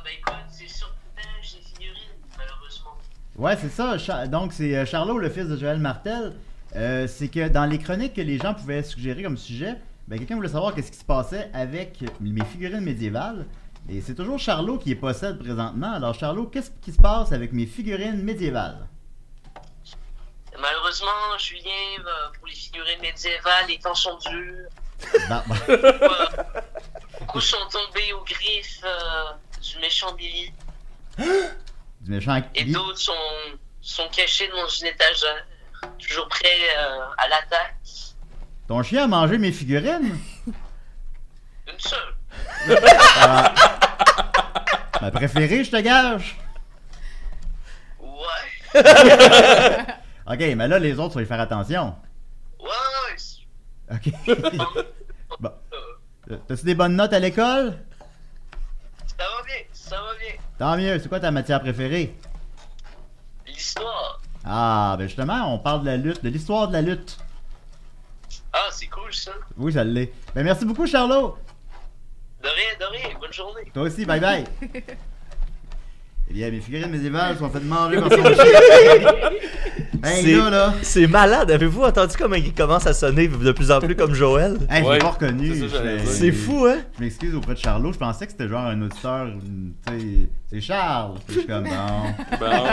S8: ben écoute, c'est surpoutage des figurines, malheureusement.
S2: Ouais, c'est ça. Cha- Donc, c'est euh, Charlot, le fils de Joël Martel. Euh, c'est que dans les chroniques que les gens pouvaient suggérer comme sujet, ben, quelqu'un voulait savoir qu'est-ce qui se passait avec mes figurines médiévales. Et c'est toujours Charlot qui les possède présentement. Alors, Charlot, qu'est-ce qui se passe avec mes figurines médiévales?
S8: Malheureusement, Julien, euh, pour les figurines médiévales, les temps sont durs.
S2: Bon, bon.
S8: Beaucoup, euh, Beaucoup sont tombés aux griffes euh, du méchant Billy.
S2: du méchant
S8: Et
S2: Guy.
S8: d'autres sont, sont cachés dans une étagère, toujours prêts euh, à l'attaque.
S2: Ton chien a mangé mes figurines?
S8: Une seule.
S2: Ah. Ma préférée, je te gage!
S8: Ouais.
S2: Ok, mais là, les autres, faut y faire attention.
S8: Ouais, ouais, ouais. c'est-
S2: Ok. bon. Euh, T'as-tu des bonnes notes à l'école?
S8: ça va bien, ça va bien.
S2: Tant mieux, c'est quoi ta matière préférée?
S8: L'histoire.
S2: Ah, ben justement, on parle de la lutte, de l'histoire de la lutte.
S8: Ah, c'est cool ça.
S2: Oui, ça l'est. Ben merci beaucoup, Charlot.
S8: De rien, de rien. Bonne journée.
S2: Toi aussi, bye bye. eh bien, mes figurines médiévales sont faites manger par son chien. hey,
S3: C'est-
S2: là, là.
S3: C'est malade, avez-vous entendu comment il commence à sonner de plus en plus comme Joël?
S2: Hey, je l'ai
S5: Ouais,
S2: pas reconnu.
S5: c'est ça que j'allais
S2: Je-
S5: dire.
S3: C'est fou, hein?
S2: Je m'excuse auprès de Charlot, je pensais que c'était genre un auditeur, hum, tu sais, c'est Charles. Puis Je suis comme, non.
S5: Bon.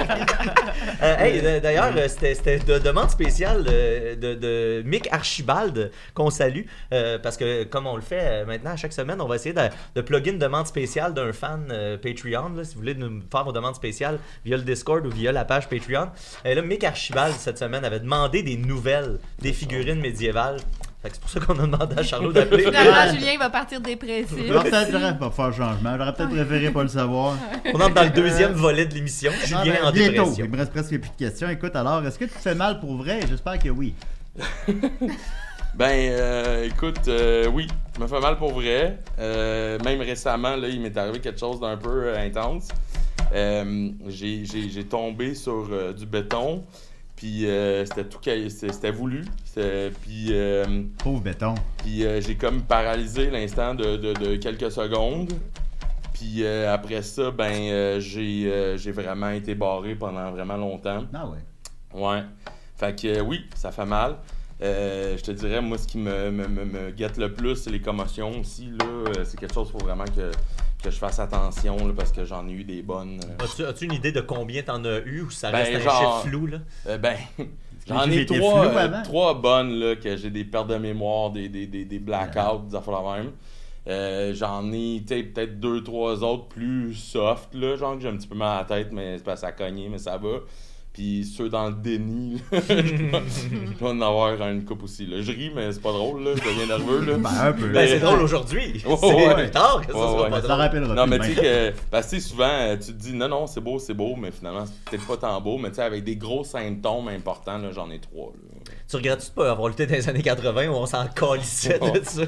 S3: Euh, hey, d- d'ailleurs, euh, c'était c'était de demande spéciale euh, de, de Mick Archibald qu'on salue, euh, parce que comme on le fait euh, maintenant à chaque semaine, on va essayer de, de plugger une demande spéciale d'un fan euh, Patreon. là, si vous voulez nous faire vos demandes spéciales via le Discord ou via la page Patreon. Et là, Mick Archibald, cette semaine, avait demandé des nouvelles des figurines médiévales. Fait que c'est pour ça qu'on a demandé à Charlot d'appeler.
S4: Finalement, Julien va partir dépressif.
S2: J'aurais peut-être j'aurais pas faire changement, j'aurais peut-être préféré pas le savoir.
S3: On entre dans le deuxième volet de l'émission.
S2: Ah,
S3: Julien
S2: ben,
S3: en
S2: bientôt.
S3: dépression.
S2: Il me reste presque plus de questions. Écoute, alors, est-ce que tu te fais mal pour vrai? J'espère que oui.
S5: Ben, euh, écoute, euh, oui, je me fais mal pour vrai. Euh, même récemment, là, il m'est arrivé quelque chose d'un peu euh, intense. Euh, j'ai- J'ai j'ai tombé sur euh, du béton, puis euh, c'était tout ca- c'était c'était voulu. C'était- Puis, euh,
S2: Pauvre béton.
S5: puis euh, j'ai comme paralysé l'instant de, de- de quelques secondes. Puis euh, après ça, ben, euh, j'ai euh, j'ai vraiment été barré pendant vraiment longtemps.
S2: Ah ouais.
S5: Ouais. Fait que euh, oui, ça fait mal. Euh, je te dirais, moi, ce qui me, me, me, me guette le plus, c'est les commotions aussi. Là, Euh, c'est quelque chose qu'il faut vraiment que, que je fasse attention là, parce que j'en ai eu des bonnes. euh.
S3: As-tu as-tu une idée de combien t'en as eu ou ça
S5: Ben,
S3: reste un
S5: genre-
S3: chiffre flou, là?
S5: Euh, ben, (laughs) j'en
S2: chiffres
S5: ai
S2: étaient
S5: trois,
S2: flous
S5: euh,
S2: avant.
S5: trois bonnes là, que j'ai des pertes de mémoire, des, des, des, des blackouts, des affaires de même. Euh, j'en ai tu sais, peut-être deux, trois autres plus soft, là, genre que j'ai un petit peu mal à la tête, mais c'est pas ça cogner, mais ça va. Puis ceux dans le déni, là, (laughs) je dois- je dois en avoir une coupe aussi. Là. Je ris, mais c'est pas drôle, là, je deviens nerveux. Là.
S2: Ben, un peu.
S3: Ben,
S5: Mais-
S3: c'est drôle aujourd'hui.
S5: Ouais,
S3: c'est
S5: ouais.
S3: plus tard que ça
S5: Ouais,
S3: sera
S5: ouais.
S3: pas
S2: Ça s'en
S3: drôle.
S2: rappellera
S5: Non,
S2: plus,
S5: mais
S2: ben.
S5: tu sais que. Parce que tu sais, souvent, euh, tu te dis, non, non, c'est beau, c'est beau, mais finalement, c'est peut-être pas tant beau, mais tu sais, avec des gros symptômes importants, là, j'en ai trois. là.
S3: Tu regrettes-tu de pas avoir lutté dans les années 80 où on s'en calissait de
S5: Ouais. Ben.
S3: ça?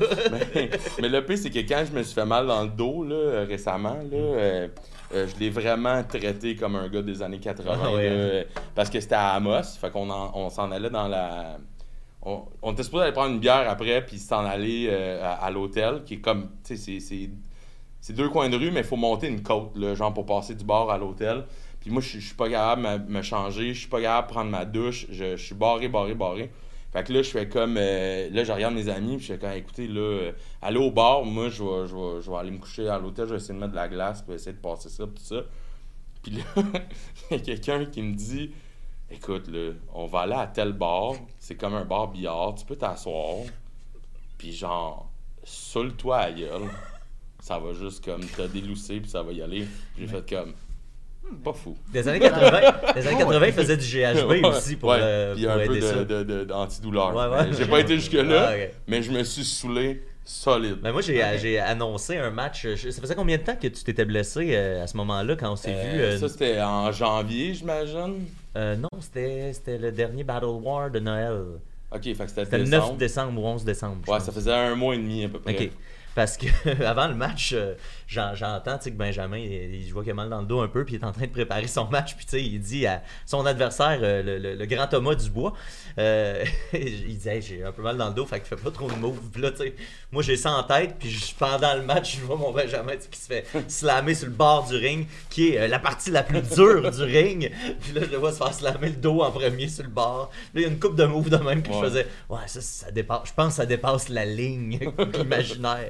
S5: mais, mais le pire, c'est que quand je me suis fait mal dans le dos, là, euh, récemment, là, euh, euh, je l'ai vraiment traité comme un gars des années 80.
S3: Ah ouais.
S5: là, euh, parce que c'était à Amos, fait qu'on en- on s'en allait dans la. On, on était supposé aller prendre une bière après, puis s'en aller euh, à, à l'hôtel, qui est comme. Tu sais, c'est- c'est c'est deux coins de rue, mais il faut monter une côte, là, genre pour passer du bar à l'hôtel. Puis moi, je je suis pas capable de me- me changer, je suis pas capable de prendre ma douche, je, je suis barré, barré, barré. Fait que là, je fais comme. euh, là, je regarde mes amis, puis je fais comme, écoutez, là, euh, allez au bar, moi, je vais, je vais- je vais aller me coucher à l'hôtel, je vais essayer de mettre de la glace, puis essayer de passer ça, puis tout ça. Puis là, (laughs) il y a quelqu'un qui me dit, écoute, là, on va aller à tel bar, c'est comme un bar billard, tu peux t'asseoir, puis genre, saoule-toi à la gueule ça va juste comme te délousser puis ça va y aller. J'ai fait comme hmm, pas fou.
S3: Des années 80, les années 80
S2: Ouais.
S3: ils faisaient du GHB
S5: (laughs) Ouais,
S3: aussi pour,
S5: ouais.
S3: euh,
S5: Puis
S3: pour
S5: un peu
S3: aider ça.
S5: de, de, de- d'antidouleur.
S3: Ouais, ouais.
S5: Mais J'ai pas
S3: (laughs)
S5: été jusque là,
S3: Ah, ok.
S5: mais je me suis saoulé solide.
S3: Ben moi, j'ai j'ai annoncé un match. je- ça faisait combien de temps que tu t'étais blessé euh, à ce moment-là quand on s'est
S5: Euh,
S3: vu? euh,
S5: Ça c'était en janvier, j'imagine.
S3: euh, non, c'était c'était le dernier Battle War de Noël.
S5: Ok, fait que c'était
S3: C'était le
S5: décembre.
S3: 9 décembre ou 11 décembre. je
S5: Ouais,
S3: pense.
S5: ça faisait un mois et demi à peu près.
S3: OK. Parce que (laughs) avant le match, euh, j'en- j'entends tu sais, que Benjamin, il, il- je vois qu'il a mal dans le dos un peu, puis il est en train de préparer son match, puis tu sais, il dit à son adversaire, euh, le, le- le grand Thomas Dubois, euh, (laughs) il dit Hey, j'ai un peu mal dans le dos, fait qu'il fait pas trop de moves. Puis là, tu sais, moi j'ai ça en tête, puis je- pendant le match, je vois mon Benjamin tu sais, qui se fait slammer sur le bord du ring, qui est euh, la partie la plus dure du ring. Puis là, je le vois se faire slammer le dos en premier sur le bord. Là, il y a une coupe de moves de même, puis je
S5: Ouais.
S3: faisais Ouais, ça, ça dépasse, je pense que ça dépasse la
S5: (laughs)
S3: ligne imaginaire.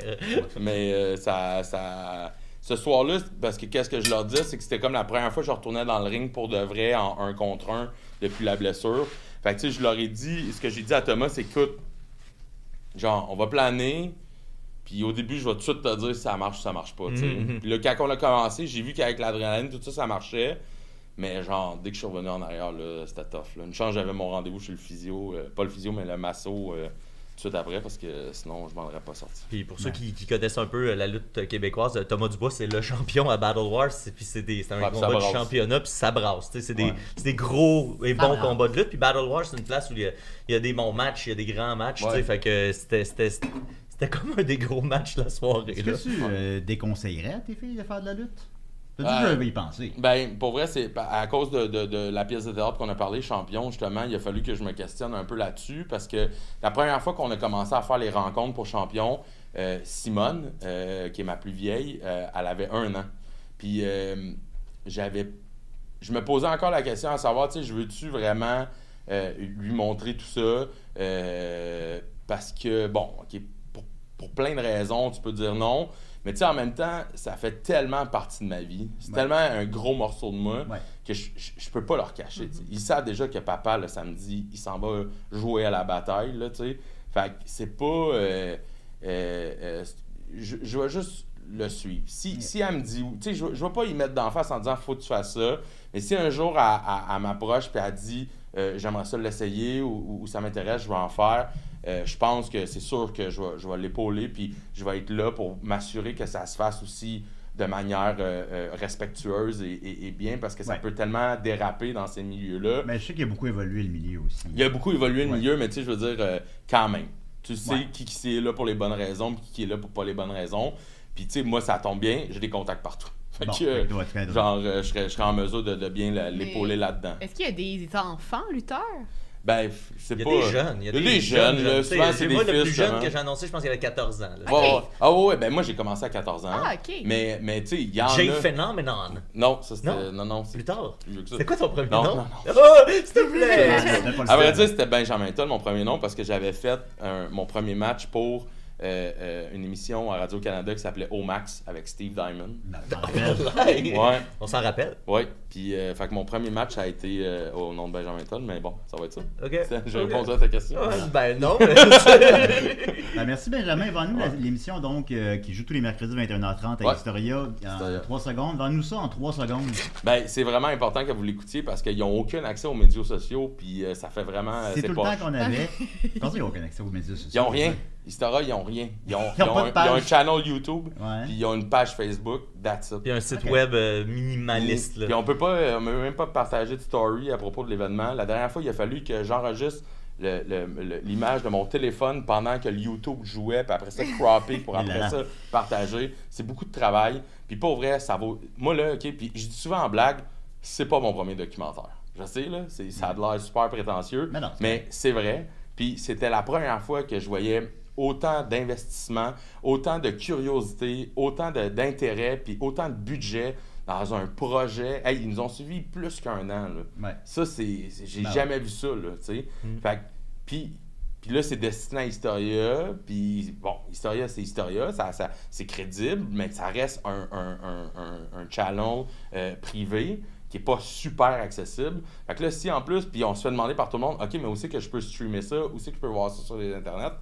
S5: Mais euh, ça, ça. Ce soir-là, c'est- parce que qu'est-ce que je leur disais, c'est que c'était comme la première fois que je retournais dans le ring pour de vrai en un contre un depuis la blessure. Fait que tu sais, je leur ai dit, ce que j'ai dit à Thomas, c'est écoute, genre, on va planer, puis au début, je vais tout de suite te dire si ça marche ou ça marche pas. tu sais.
S3: Mhm.
S5: Puis là, quand on a commencé, j'ai vu qu'avec l'adrénaline, tout ça, ça marchait. Mais genre, dès que je suis revenu en arrière, là, c'était tough. Là. Une chance, j'avais mon rendez-vous chez le physio, euh, pas le physio, mais le masso euh, tout de suite après, parce que sinon, je m'en aurais pas sorti.
S3: Puis pour ceux qui, qui connaissent un peu euh, la lutte québécoise, euh, Thomas Dubois, c'est le champion à Battle Wars. c'est- Puis c'est des- c'est un
S5: Ouais, puis ça
S3: combat de
S5: brasse.
S3: championnat, puis ça brasse. tu sais, C'est des,
S2: Ouais.
S3: c'est des gros et
S4: Ça
S3: bons
S4: brasse.
S3: combats de lutte. Puis Battle Wars, c'est une place où il y a, il y a des bons matchs, il y a des grands matchs. tu sais,
S5: Ouais.
S3: Fait que c'était- c'était c'était comme un des gros matchs la soirée.
S2: Est-ce
S3: Là.
S2: que tu euh, déconseillerais à tes filles de faire de la lutte? T'as
S5: Ah.
S2: dit que j'avais y penser.
S5: Ben, pour vrai, c'est pa- à cause de, de- de la pièce de théâtre qu'on a parlé, Champion, justement, il a fallu que je me questionne un peu là-dessus parce que la première fois qu'on a commencé à faire les rencontres pour Champion, euh, Simone, euh, qui est ma plus vieille, euh, elle avait un an. Puis euh, j'avais. Je me posais encore la question à savoir, tu sais, je veux-tu vraiment euh, lui montrer tout ça? Euh, parce que, bon, ok, pour, pour plein de raisons, tu peux dire non. Mais tu sais, en même temps, ça fait tellement partie de ma vie. C'est
S2: Ouais.
S5: tellement un gros morceau de moi
S2: Ouais. Mm-hmm.
S5: que je, je, je peux pas leur cacher. tu sais. Ils savent déjà que papa, le samedi, il s'en va jouer à la bataille, là, tu sais. Fait que c'est pas... euh, euh, euh, c'est- je, je vais juste le suivre. Si, si elle me dit... Tu sais, je, je vais pas y mettre d'en face en disant « Faut que tu fasses ça ». Mais si un jour, elle, elle- elle m'approche puis elle dit euh, J'aimerais ça l'essayer » ou, ou- ou ça m'intéresse, je vais en faire euh, », je pense que c'est sûr que je vais, je vais l'épauler puis je vais être là pour m'assurer que ça se fasse aussi de manière euh, euh, respectueuse et, et- et bien parce que ça
S2: Ouais.
S5: peut tellement déraper dans ces milieux-là.
S2: Mais je sais qu'il a beaucoup évolué le milieu aussi.
S5: Il a beaucoup évolué le
S2: Ouais.
S5: milieu, mais tu sais, je veux dire, euh, quand même. Tu sais
S2: Ouais.
S5: qui, qui c'est là pour les bonnes raisons puis qui est là pour pas les bonnes raisons. Puis tu sais, moi, ça tombe bien, j'ai des contacts partout. (laughs) Fait
S2: Bon, ben,
S5: que,
S2: fait qu'il doit être très drôle.
S5: genre, euh, je, serais, je serais en mesure de, de bien la- l'épauler là-dedans.
S4: Est-ce qu'il y a des enfants lutteurs?
S5: Ben, f- c'est
S3: Il y
S5: pas.
S3: a des jeunes. Il y a des,
S5: jeunes, là,
S3: tu sais,
S5: souvent, c'est des
S3: Moi, le plus
S5: fils,
S3: jeune
S5: hein.
S3: que j'ai annoncé, je pense qu'il avait 14 ans. là.
S5: Ouais, ouais. Ah ouais, ouais, ben moi, j'ai commencé à 14 ans.
S4: Ah, ok.
S5: Mais, mais tu sais, il y en
S3: Jay
S5: a.
S3: Phenomenon.
S5: Non, ça c'était.
S3: Non?
S5: Non, non, c'est
S3: Plus tard.
S5: plus vieux que ça.
S3: C'est quoi ton premier
S5: Non,
S3: nom?
S5: non, non.
S3: Oh, s'il te plaît!
S5: (laughs)
S2: C'était pas le
S5: À vrai
S2: seul.
S5: dire, c'était Benjamin Toll, mon premier nom, parce que j'avais fait un- mon premier match pour euh, euh, une émission à Radio-Canada qui s'appelait Omax avec Steve Diamond.
S2: Ben,
S3: Hey,
S5: Ouais,
S3: On s'en rappelle.
S5: ouais. Puis, euh, fait que mon premier match a été euh, au nom de Benjamin Toll, mais bon, ça
S3: (laughs)
S5: va être ça.
S3: OK.
S5: Je
S3: Ok.
S5: réponds à ta question.
S3: Ouais, Ben non.
S5: (laughs)
S3: mais- (laughs)
S2: Ben, merci Benjamin. Vends-nous la- l'émission donc euh, qui joue tous les mercredis 21h30 à
S5: Ouais.
S2: Historia en
S5: Historia.
S2: 3 secondes. Vends-nous ça en 3 secondes.
S5: Ben, c'est vraiment important que vous l'écoutiez parce qu'ils n'ont aucun accès aux médias sociaux, puis euh, ça fait vraiment. euh,
S2: C'est tout le temps
S5: poche.
S2: qu'on avait. Je pense qu'ils ont connexion aux médias sociaux.
S5: Ils n'ont rien. Historia, ils n'ont rien. Ils ont,
S2: Ils ont
S5: ils ont
S2: pas de
S5: un,
S2: page.
S5: ils ont un channel YouTube,
S2: Ouais.
S5: puis ils ont une page Facebook, that's it.
S3: Puis un site
S2: Ok.
S3: web euh, minimaliste.
S5: Puis
S3: Là.
S5: on peut pas, euh, on peut même pas partager de story à propos de l'événement. La dernière fois, il a fallu que j'enregistre le- le- le- l'image de mon téléphone pendant que le YouTube jouait, puis après ça, cropper pour
S2: Et là là.
S5: après ça partager. C'est beaucoup de travail. Puis pour vrai, ça vaut. Moi là, ok, puis je dis souvent en blague, c'est pas mon premier documentaire. Je sais là, c'est- ça a de l'air super prétentieux,
S2: Mm. Mais non, c'est
S5: mais c'est vrai. Puis c'était la première fois que je voyais autant d'investissement, autant de curiosité, autant de- d'intérêt, puis autant de budget dans un projet. Hey, ils nous ont suivis plus qu'un an. Là.
S2: Ouais.
S5: Ça, c'est. c'est- J'ai
S2: Ben
S5: jamais vu ça, là, tu sais. Fait que- puis. Puis là, c'est destiné à Historia. Puis bon, Historia, c'est Historia. Ça, ça, c'est crédible, mais ça reste un, un, un, un, un channel euh, privé qui est pas super accessible. Fait que là, si en plus, puis on se fait demander par tout le monde, OK, mais où c'est que je peux streamer ça? Où c'est que je peux voir ça sur les internets?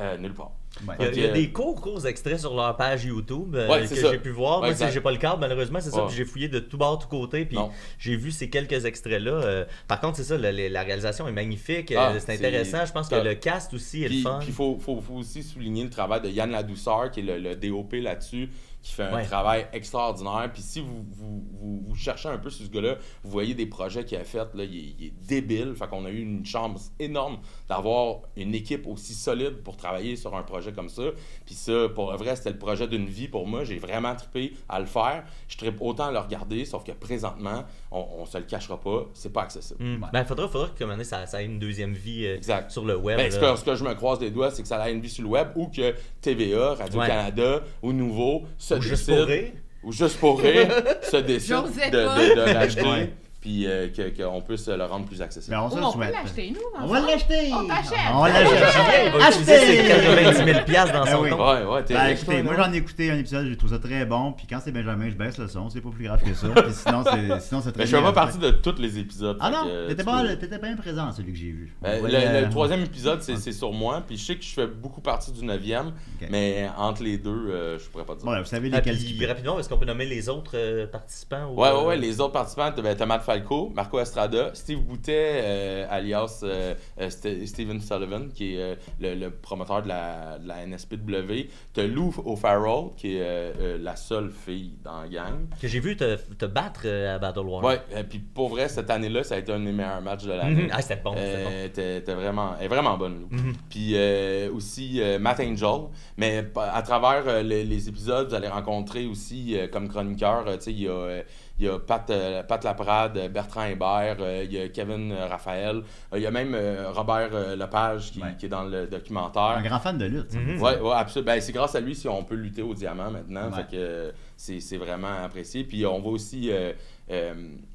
S5: Euh, nulle part.
S2: Ouais.
S3: Il y a, il y a
S5: Ok.
S3: des courts, courts extraits sur leur page YouTube euh,
S5: Ouais,
S3: que
S5: c'est ça.
S3: j'ai pu voir. Moi,
S5: Ouais,
S3: c'est-
S5: exact.
S3: j'ai pas le cadre, malheureusement, c'est ça.
S5: Ouais.
S3: Puis j'ai fouillé de tout bord, tout côté. Puis
S5: Non.
S3: j'ai vu ces quelques extraits-là. Euh, par contre, c'est ça, le- le- la réalisation est magnifique.
S5: Ah,
S3: euh, c'est
S5: c'est-
S3: intéressant. Je pense que
S5: Ah.
S3: le cast aussi est le
S5: Puis
S3: fun.
S5: il faut, faut- faut aussi souligner le travail de Yann Ladouceur, qui est le, le DOP là-dessus, qui fait un
S3: Ouais.
S5: travail extraordinaire. Puis si vous, vous, vous- vous cherchez un peu sur ce gars-là, vous voyez des projets qu'il a fait, là, il, est- il est débile. Fait qu'on a eu une chance énorme d'avoir une équipe aussi solide pour travailler sur un projet comme ça. Puis ça, pour le vrai, c'était le projet d'une vie pour moi. J'ai vraiment trippé à le faire. Je trippe autant à le regarder, sauf que présentement, on, on se le cachera pas, c'est pas accessible.
S3: Mm. Ben, faudra, faudra que comme ça, ça ait une deuxième vie euh,
S5: Exact.
S3: sur le web.
S5: Ben, ce,
S3: là.
S5: que, ce que je me croise les doigts, c'est que ça a une vie sur le web ou que TVA, Radio-Canada ou Nouveau se
S3: Ou juste
S5: décide-
S3: pour rire.
S5: ou juste pour rire, se décide
S4: J'osais
S5: de,
S4: pas.
S5: de, de l'acheter
S2: Ouais.
S5: puis euh, que- qu'on puisse le rendre plus accessible.
S2: Ben, on se
S4: Oh,
S2: le
S4: on peut
S2: souhaite.
S4: l'acheter, nous.
S2: On va
S4: ensemble?
S2: l'acheter.
S4: On t'achète.
S2: On l'achète.
S4: (laughs)
S3: Julien, il va utiliser
S2: Achetez!
S3: ses 90 000 piastres
S5: Ah
S3: dans
S2: Ben
S3: son
S2: oui.
S3: compte.
S5: Ouais, ouais, t'es
S2: Ben,
S5: riche,
S2: écoutez,
S5: toi,
S2: moi
S5: non?
S2: j'en ai écouté un épisode, je trouve ça très bon. Puis quand c'est Benjamin, je baisse le son, c'est pas plus grave que ça. Puis sinon,
S5: (laughs)
S2: c'est sinon c'est très
S5: Ben, je fais
S2: bien.
S5: pas partie de tous les épisodes.
S2: Ah
S5: fait
S2: non,
S5: que, euh,
S2: t'étais
S5: tu
S2: pas,
S5: peux-
S2: t'étais pas présent celui que j'ai vu.
S5: Ben,
S2: Ouais,
S5: le, le
S2: euh,
S5: troisième épisode, c'est c'est sur moi, puis je sais que je fais beaucoup partie du neuvième,
S2: Ok.
S5: mais entre les deux, euh, je pourrais pas dire.
S2: Bon, là, vous savez
S3: Ah,
S2: lesquels
S3: puis,
S2: skipper.
S3: rapidement, est-ce qu'on peut nommer les autres euh, participants? au-
S5: Ouais, ouais, ouais, les autres participants, ben, t'as Matt Falco, Marco Estrada, Steve Boutet, euh, alias euh, euh, Ste- Steven Sullivan, qui est euh, le, le promoteur de la, de la NSPW. T'as Lou O'Farrell, qui est euh, euh, la seule fille dans la gang.
S3: Que j'ai vu te, te battre euh, à Battle War.
S5: Ouais, et puis pour vrai, cette année-là, ça a été un des meilleurs matchs de l'année.
S3: Mhm. (laughs) Ah, c'était bon, c'était bon.
S5: Euh, t'es- t'es vraiment, elle est vraiment bonne, Lou. Puis euh, aussi euh, Matt Angel. Mais pa- à travers euh, les, les épisodes, vous allez rencontrer aussi, euh, comme chroniqueur, euh, tu sais, il y a, euh, il y a Pat, euh, Pat Laprade, euh, Bertrand Hébert, euh, il y a Kevin euh, Raphaël, euh, il y a même euh, Robert euh, Lepage qui,
S2: Ouais.
S5: qui est dans le documentaire.
S2: Un grand fan de lutte. ça.
S3: Mhm.
S5: Ouais, ouais, absolument. Ben, c'est grâce à lui si on peut lutter au diamant maintenant.
S2: Ouais.
S5: Fait que euh, c'est, c'est vraiment apprécié. Puis on voit aussi euh, euh,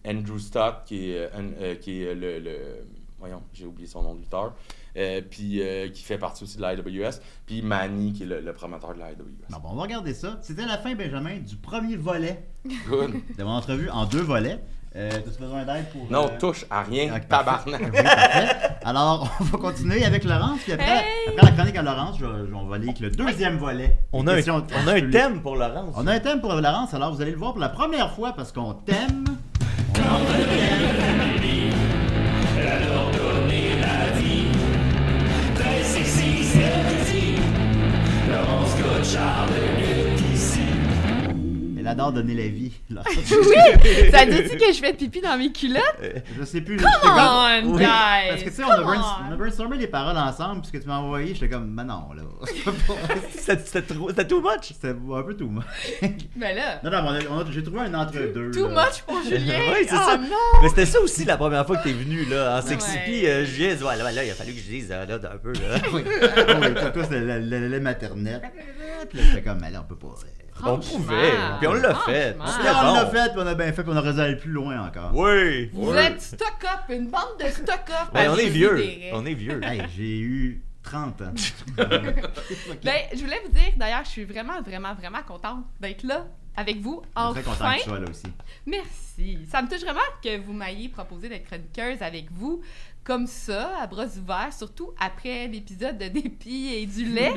S5: Andrew Stott, qui est, euh, un- euh, qui est le, le- Voyons, j'ai oublié son nom de lutteur. Euh, puis euh, qui fait partie aussi de la IWS. Puis Manny, qui est le, le promoteur de la IWS.
S2: Bon, bon, on va regarder ça. C'était la fin, Benjamin, du premier volet
S5: Good. (laughs)
S2: de mon entrevue en deux volets. Euh, T'as-tu besoin d'aide pour.
S5: Non,
S2: euh,
S5: touche à rien,
S2: Ah, parfait.
S5: tabarnak.
S2: Oui, parfait. Alors, (laughs) on va continuer avec Laurence. Puis après,
S4: Hey!
S2: après la chronique à Laurence, je- je- on va aller avec le deuxième volet.
S3: On a, un,
S2: Question-
S3: on a un thème pour Laurence.
S2: On a un thème pour Laurence, alors vous allez le voir pour la première fois parce qu'on t'aime. Elle adore donner la vie. Laurence.
S4: Oui! Ça dit-tu que je fais pipi dans mes culottes?
S2: Je sais plus.
S4: Come on,
S2: Oui,
S4: guys!
S2: Parce que tu sais, on, a
S4: Come
S2: brainstorm-
S4: on.
S2: on a brainstormé les paroles ensemble, puisque tu m'as envoyé, j'étais comme, ben non,
S4: (laughs)
S2: là.
S3: (laughs) C'était c'était trop- c'était too much.
S2: C'était un peu too much.
S4: Ben là,
S2: Non, non, mais on a- on a- j'ai trouvé un entre-deux.
S4: too
S2: là.
S4: much pour Julien!
S3: Oui, c'est
S4: oh,
S3: ça.
S4: non!
S3: Mais c'était ça aussi la première fois que t'es venu là en sexy
S4: Ouais.
S3: puis euh, Julien dit, ouais, là, là, il a fallu que je dise euh, là un peu
S5: (laughs)
S3: là.
S2: Oui. Ah oui, toi, toi, c'était le le- le lait maternel. Puis là, j'étais comme, mais là, on peut pas. euh.
S3: on
S4: Franchement,
S3: pouvait, puis on l'a fait.
S4: franchement.
S3: C'était
S2: Là, on
S3: Ah, bon.
S2: l'a fait, puis on a bien fait, puis on aurait dû aller plus loin encore.
S3: Oui.
S4: Vous êtes stock-up, une bande de stock-up.
S3: Ouais,
S4: à
S3: Ben, on est
S4: Jésus
S3: vieux.
S4: des-
S3: On est vieux.
S2: Hey, j'ai eu 30 ans.
S4: Ben, je voulais vous dire, d'ailleurs, je suis vraiment, vraiment, vraiment contente d'être là avec vous.
S2: Je suis très content
S4: Enfin,
S2: que tu sois là aussi.
S4: merci. Ça me touche vraiment que vous m'ayez proposé d'être chroniqueuse avec vous, comme ça, à bras ouverts, surtout après l'épisode de Dépit et du lait,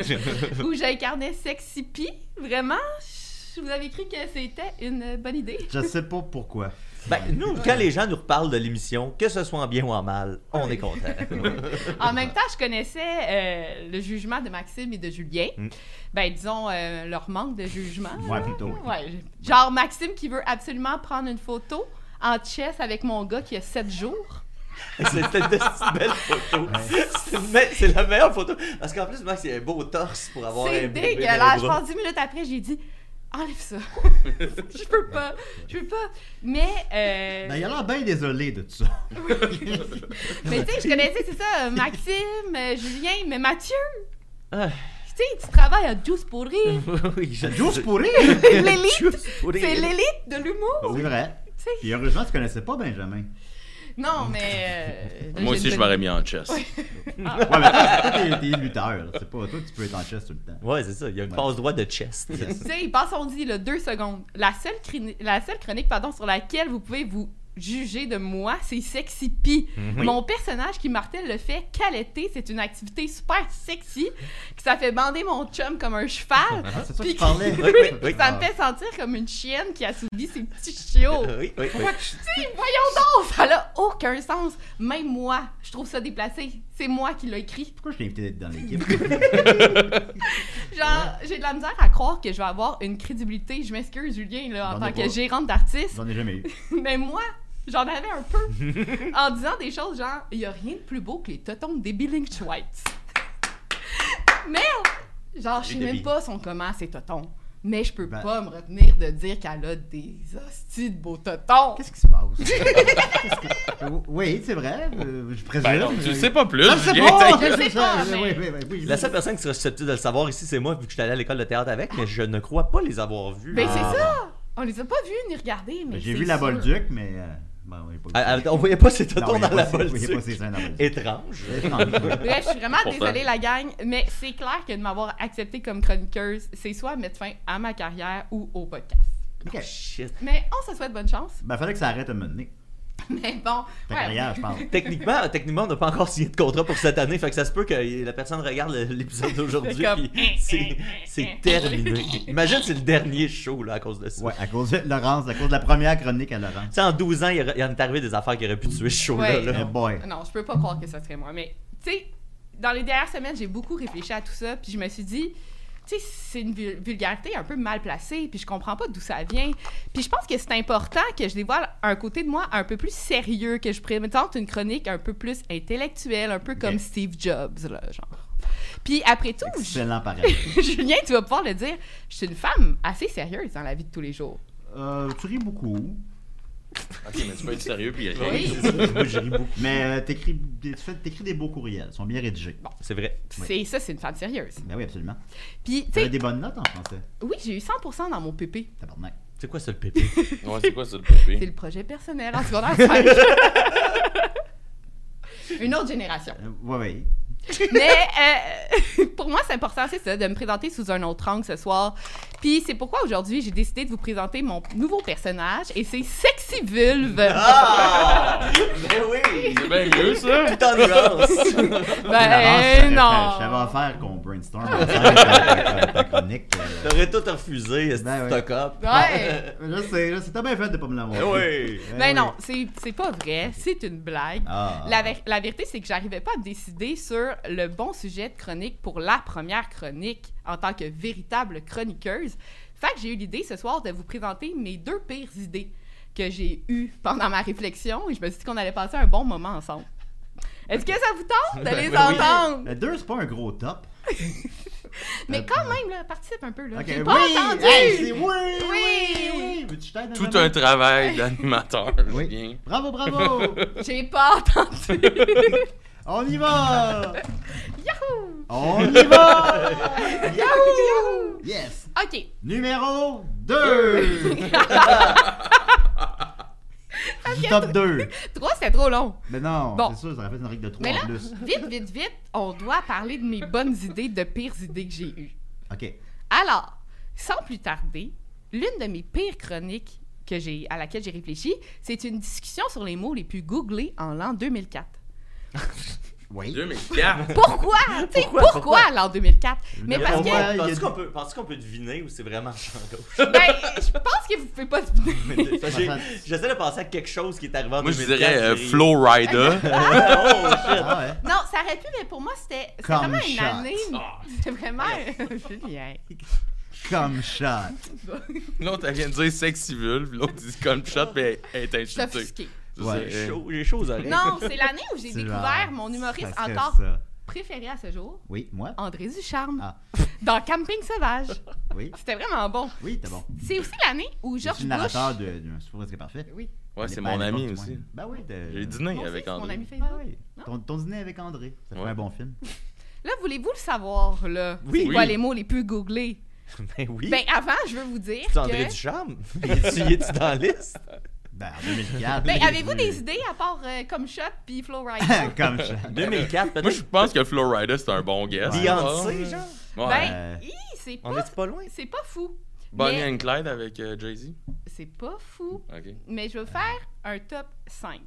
S4: où j'incarnais Sexy Pie. Vraiment, je vous avais écrit que c'était une bonne idée.
S2: Je sais pas pourquoi.
S3: Ben, nous, quand les gens nous reparlent de l'émission, que ce soit en bien ou en mal, on est content.
S5: (laughs)
S4: En même temps, je connaissais euh, le jugement de Maxime et de Julien.
S3: Mm.
S4: Ben, disons, euh, leur manque de jugement.
S2: Ouais, plutôt. oui.
S4: Ah, Ouais, je- genre Maxime qui veut absolument prendre une photo en chess avec mon gars qui a 7 jours.
S3: C'était de si belles photos. C'est une me- C'est la meilleure photo. Parce qu'en plus, Max, il a un beau torse pour avoir un
S4: c'est
S3: bébé dans les
S4: dégueulasse. Je
S3: bras.
S4: pense 10 minutes après, j'ai dit enlève ça. je peux pas. Je peux pas. Mais euh,
S2: Ben, il a l'air bien désolé de tout ça.
S4: mais tu sais, je connaissais c'est ça euh, Maxime, euh, Julien, mais Mathieu.
S3: Ah.
S4: Tu sais, tu travailles à Juice pour rire.
S3: oui, (laughs) je
S2: Douce pourri!
S4: (laughs) l'élite,
S3: (laughs) pour
S4: c'est
S3: rire.
S4: l'élite de l'humour.
S2: C'est vrai.
S4: Tu sais.
S2: Puis heureusement, tu connaissais pas Benjamin.
S4: Non, mais euh,
S5: (laughs) Moi
S4: j'ai
S5: aussi,
S4: une
S5: je
S4: bonne-
S5: m'aurais mis en chess.
S2: Ouais, mais toi, t'es- t'es lutteur. là. C'est pas toi, tu peux être en chess tout le temps.
S3: Ouais, c'est ça. Il y a une
S2: Ouais.
S3: passe droite de chest.
S4: Tu sais, il passe, on dit, là, deux secondes. La seule, crini- la seule chronique pardon, sur laquelle vous pouvez vous juger de moi, c'est Sexy Pie.
S2: Mhm.
S4: Mon personnage qui martèle le fait qu'allaiter, c'est une activité super sexy, que ça fait bander mon chum comme
S2: (laughs)
S4: un cheval,
S2: Ah, c'est ça que
S4: Puis-
S2: tu parlais.
S3: Oui, oui, oui.
S4: que ça me fait sentir comme une chienne qui assouvit ses petits
S2: (laughs)
S4: chiots.
S3: Oui, oui, oui.
S4: Hey, voyons donc, ça n'a aucun sens. Même moi, je trouve ça déplacé. C'est moi qui l'ai écrit.
S2: Pourquoi je t'ai invité d'être dans l'équipe?
S4: (laughs) Genre, j'ai de la misère à croire que je vais avoir une crédibilité. Je m'excuse, Julien, là, en
S2: J'en ai
S4: tant que
S2: pas.
S4: gérante d'artiste.
S2: J'en ai jamais eu.
S4: (laughs) Mais moi, j'en avais un peu.
S2: (laughs)
S4: en disant des choses genre, il n'y a rien de plus beau que les totons des Billing (laughs) Schweitz. Merde! Genre, je sais
S3: Les
S4: même
S3: débits.
S4: pas son comment ces totons. Mais je peux
S2: Ben-
S4: pas me retenir de dire qu'elle a des hosties de beaux totons.
S2: Qu'est-ce qui se passe? (laughs) Qu'est-ce que- Oui, c'est vrai. euh, Je présume.
S5: Ben non, tu
S2: je-
S5: le sais pas plus.
S2: Je sais
S5: Julien,
S2: pas!
S5: t'inquiète.
S2: Je
S4: sais
S2: sais
S4: pas,
S2: ça.
S4: mais-
S2: Oui, oui, oui, oui.
S3: La seule personne qui serait susceptible de le savoir ici, c'est moi, vu que je suis allé à l'école de théâtre avec, mais je ne crois pas les avoir vus.
S4: Ben,
S2: Ah, Ben,
S4: c'est ça! On les a pas vus ni regardés, mais.
S2: J'ai
S4: c'est
S2: vu la
S4: sûr.
S2: Bolduc, mais. euh, Bon, oui, pas
S3: Ah, ah, on voyait pas ces
S2: Non,
S3: totons
S2: il y a
S3: dans la
S2: pas ses- il y a pas
S3: voltige.
S2: ses seins dans la Bolduc. oh. (laughs)
S3: Étrange.
S4: Bref, je suis vraiment
S5: Pourtant.
S4: désolée, la gang, mais c'est clair que de m'avoir acceptée comme chroniqueuse, c'est soit mettre fin à ma carrière ou au podcast.
S2: Ok.
S3: Shit.
S4: Mais on se souhaite bonne chance. (laughs)
S2: Ben, fallait que ça arrête à me mener.
S4: Mais bon,
S2: Ta
S4: ouais,
S2: carrière, je pense.
S4: (laughs)
S3: Techniquement, techniquement, on n'a pas encore signé de contrat pour cette année, fait que ça se peut que la personne regarde le- l'épisode d'aujourd'hui
S4: Comme-
S3: puis c'est- c'est terminé. Imagine, c'est le dernier show là, à cause de ça.
S2: Ouais, à cause de Laurence, à cause de la première chronique à Laurence.
S3: Tu sais, en 12 ans, il y aurait- il en est arrivé des affaires qui auraient pu tuer ce show-là.
S4: Ouais.
S3: là.
S2: Eh boy.
S4: Non, je peux pas croire que ça serait moi. Mais, tu sais, dans les dernières semaines, j'ai beaucoup réfléchi à tout ça. Puis je me suis dit, tu sais, c'est une vul- vulgarité un peu mal placée. Puis je comprends pas d'où ça vient. Puis je pense que c'est important que je dévoile un côté de moi un peu plus sérieux, que je présente une chronique un peu plus intellectuelle, un peu comme Steve Jobs, là, genre. Puis après tout, Ju-
S2: Excellent pareil.
S4: (laughs) Julien, tu vas pouvoir le dire, je suis une femme assez sérieuse dans la vie de tous les jours.
S2: Euh, tu ris beaucoup,
S5: Ok, mais tu peux être sérieux puis rien.
S4: Oui,
S2: (laughs)
S3: Moi, je ris beaucoup.
S2: mais euh, t'écris des, tu fais- t'écris des beaux courriels. Ils sont bien rédigés.
S3: C'est vrai.
S4: c'est ça, c'est une femme sérieuse.
S2: Ben oui, absolument.
S4: Puis, tu
S2: T'avais
S4: sais,
S2: des bonnes notes en français.
S4: oui, j'ai eu 100% dans mon PP.
S2: Tabarnak.
S3: C'est quoi ça, le pépé?
S5: Ouais, c'est quoi ça le
S4: C'est
S5: poupée?
S4: le projet personnel hein, en secondaire cinq. (laughs) Une autre génération.
S2: Euh, ouais, ouais.
S4: Mais euh, (laughs) pour moi, c'est important, c'est ça, de me présenter sous un autre angle ce soir. Puis c'est pourquoi aujourd'hui, j'ai décidé de vous présenter mon nouveau personnage et c'est Sexy Vulve. (laughs)
S3: Ah! ben oui!
S5: C'est bien mieux ça?
S3: Putain de nuance!
S4: ben
S2: Laurence,
S4: non.
S2: Je t'avais offert qu'on brainstorm ensemble avec ta- ta chronique. euh.
S3: T'aurais tout refusé, ce
S2: Ben oui.
S3: stock-up.
S4: Ouais.
S2: Je sais, je sais, t'as bien fait de pas me la
S5: Eh
S2: montrer.
S3: Oui!
S2: Ben
S4: Ben
S2: oui.
S4: non, c'est c'est pas vrai, c'est une blague.
S2: Ah.
S4: La, ver- la vérité, c'est que j'arrivais pas à me décider sur le bon sujet de chronique pour la première chronique en tant que véritable chroniqueuse. Fait que j'ai eu l'idée ce soir de vous présenter mes deux pires idées que j'ai eues pendant ma réflexion et je me suis dit qu'on allait passer un bon moment ensemble. Est-ce que ça vous
S2: (laughs)
S4: tente de les
S3: Ben oui.
S4: entendre?
S2: Le 2, c'est pas un gros top.
S4: Mais quand même, là, participe un peu, là.
S2: Euh, Ok,
S4: J'ai pas
S2: oui,
S4: entendu!
S2: hey, c'est oui,
S4: Oui.
S2: oui, oui. Veux-tu que je t'aide,
S5: Tout
S2: Benjamin?
S5: un travail d'animateur.
S2: Oui.
S5: Bien.
S2: Bravo,
S4: (laughs)
S2: bravo!
S4: J'ai pas entendu! (laughs)
S2: On y va!
S4: Yahoo!
S2: On
S4: (laughs)
S2: y va!
S4: Yahoo!
S2: Yes!
S4: OK. (laughs)
S2: Numéro 2! du top 2.
S4: Trois, c'était trop long.
S2: Mais non,
S4: Bon.
S2: c'est sûr, ça aurait fait une règle de 3
S4: Mais là,
S2: en plus.
S4: vite, vite, vite, on doit parler de mes bonnes idées, de pires idées que j'ai eues.
S2: OK.
S4: Alors, sans plus tarder, l'une de mes pires chroniques que j'ai, à laquelle j'ai réfléchi, c'est une discussion sur les mots les plus googlés en l'an 2004.
S2: Oui. (laughs)
S5: 2004.
S4: Pourquoi? Tu sais, pourquoi, l'an 2004? Mais
S2: Mais
S4: parce
S2: on
S4: que,
S2: voit- il y a
S3: Penses-tu
S2: du-
S3: qu'on peut, penses-tu qu'on peut deviner ou c'est vraiment (laughs) champ gauche?
S2: (laughs)
S4: ben, je pense que vous pouvez pas deviner.
S3: Parce que j'ai- J'essaie de penser à quelque chose qui est arrivé
S4: Ah,
S3: en
S5: Moi, je
S3: 2004,
S5: dirais euh,
S3: j'ai-
S5: Flow Rider.
S3: (laughs) oh, shit.
S2: Ah ouais.
S4: Non, ça aurait pu, mais pour moi, c'était c'était
S2: Comme Ah.
S4: vraiment une
S2: shot.
S4: année. C'était vraiment. (laughs)
S2: (laughs)
S4: Julien.
S2: Comme shot.
S5: L'autre, elle vient de dire sexy vulve. puis L'autre dit
S4: Oh.
S5: comme shot, puis elle- elle est insultée.
S4: Sophistiqué.
S5: Ça,
S2: Ouais.
S5: c'est-
S3: J'ai chaud- J'ai chaud aux oreilles.
S4: Non, c'est l'année où j'ai
S2: C'est
S4: découvert
S2: genre-
S4: mon humoriste
S2: ça serait
S4: encore
S2: ça.
S4: préféré à ce jour,
S2: Oui, moi.
S4: André Ducharme,
S2: Ah.
S4: dans Camping
S2: (laughs)
S4: Sauvage.
S2: Oui.
S4: C'était vraiment bon.
S2: Oui, t'es bon.
S4: C'est aussi l'année où
S2: Je
S4: George
S2: suis le
S4: Bush.
S2: narrateur de- d'un Super Presque Parfait.
S4: Oui.
S5: Ouais,
S2: On
S5: c'est
S2: est pas à
S5: mon ami
S2: l'époque,
S5: aussi.
S2: du moins. Ben oui, de-
S5: J'ai
S4: Moi
S5: dîné
S4: aussi,
S5: avec
S4: c'est mon
S5: André.
S4: ami Facebook.
S2: Ah oui. Ton, ton dîner avec André. Ça fait
S5: Ouais.
S2: un bon film.
S4: Là, voulez-vous le savoir, là?
S3: Oui.
S4: C'est quoi
S5: Oui.
S4: les mots les plus googlés?
S3: (laughs) Ben oui.
S4: Ben, avant, je veux vous dire
S3: C'est
S4: que...
S3: André Ducharme. (laughs) Il est-tu dans la liste?
S5: (laughs)
S2: Ben, en 2004.
S4: Ben, avez-vous
S2: les
S4: des
S2: plus-
S4: idées à part euh, comme shot puis Ben,
S3: (laughs)
S4: Flow Rider?
S2: (laughs) Comme shot.
S3: 2004,
S5: Moi, je
S3: peut-être.
S5: pense que Flow Rider, c'est un bon guess.
S3: Beyoncé, genre.
S5: Ouais.
S2: Euh,
S4: Ben, hi, c'est
S3: On
S4: pas,
S3: est-tu pas loin?
S4: c'est pas fou.
S5: Bonnie
S4: mais-
S5: and Clyde avec euh, Jay-Z.
S4: C'est pas fou.
S5: OK.
S4: Mais je veux faire un top 5.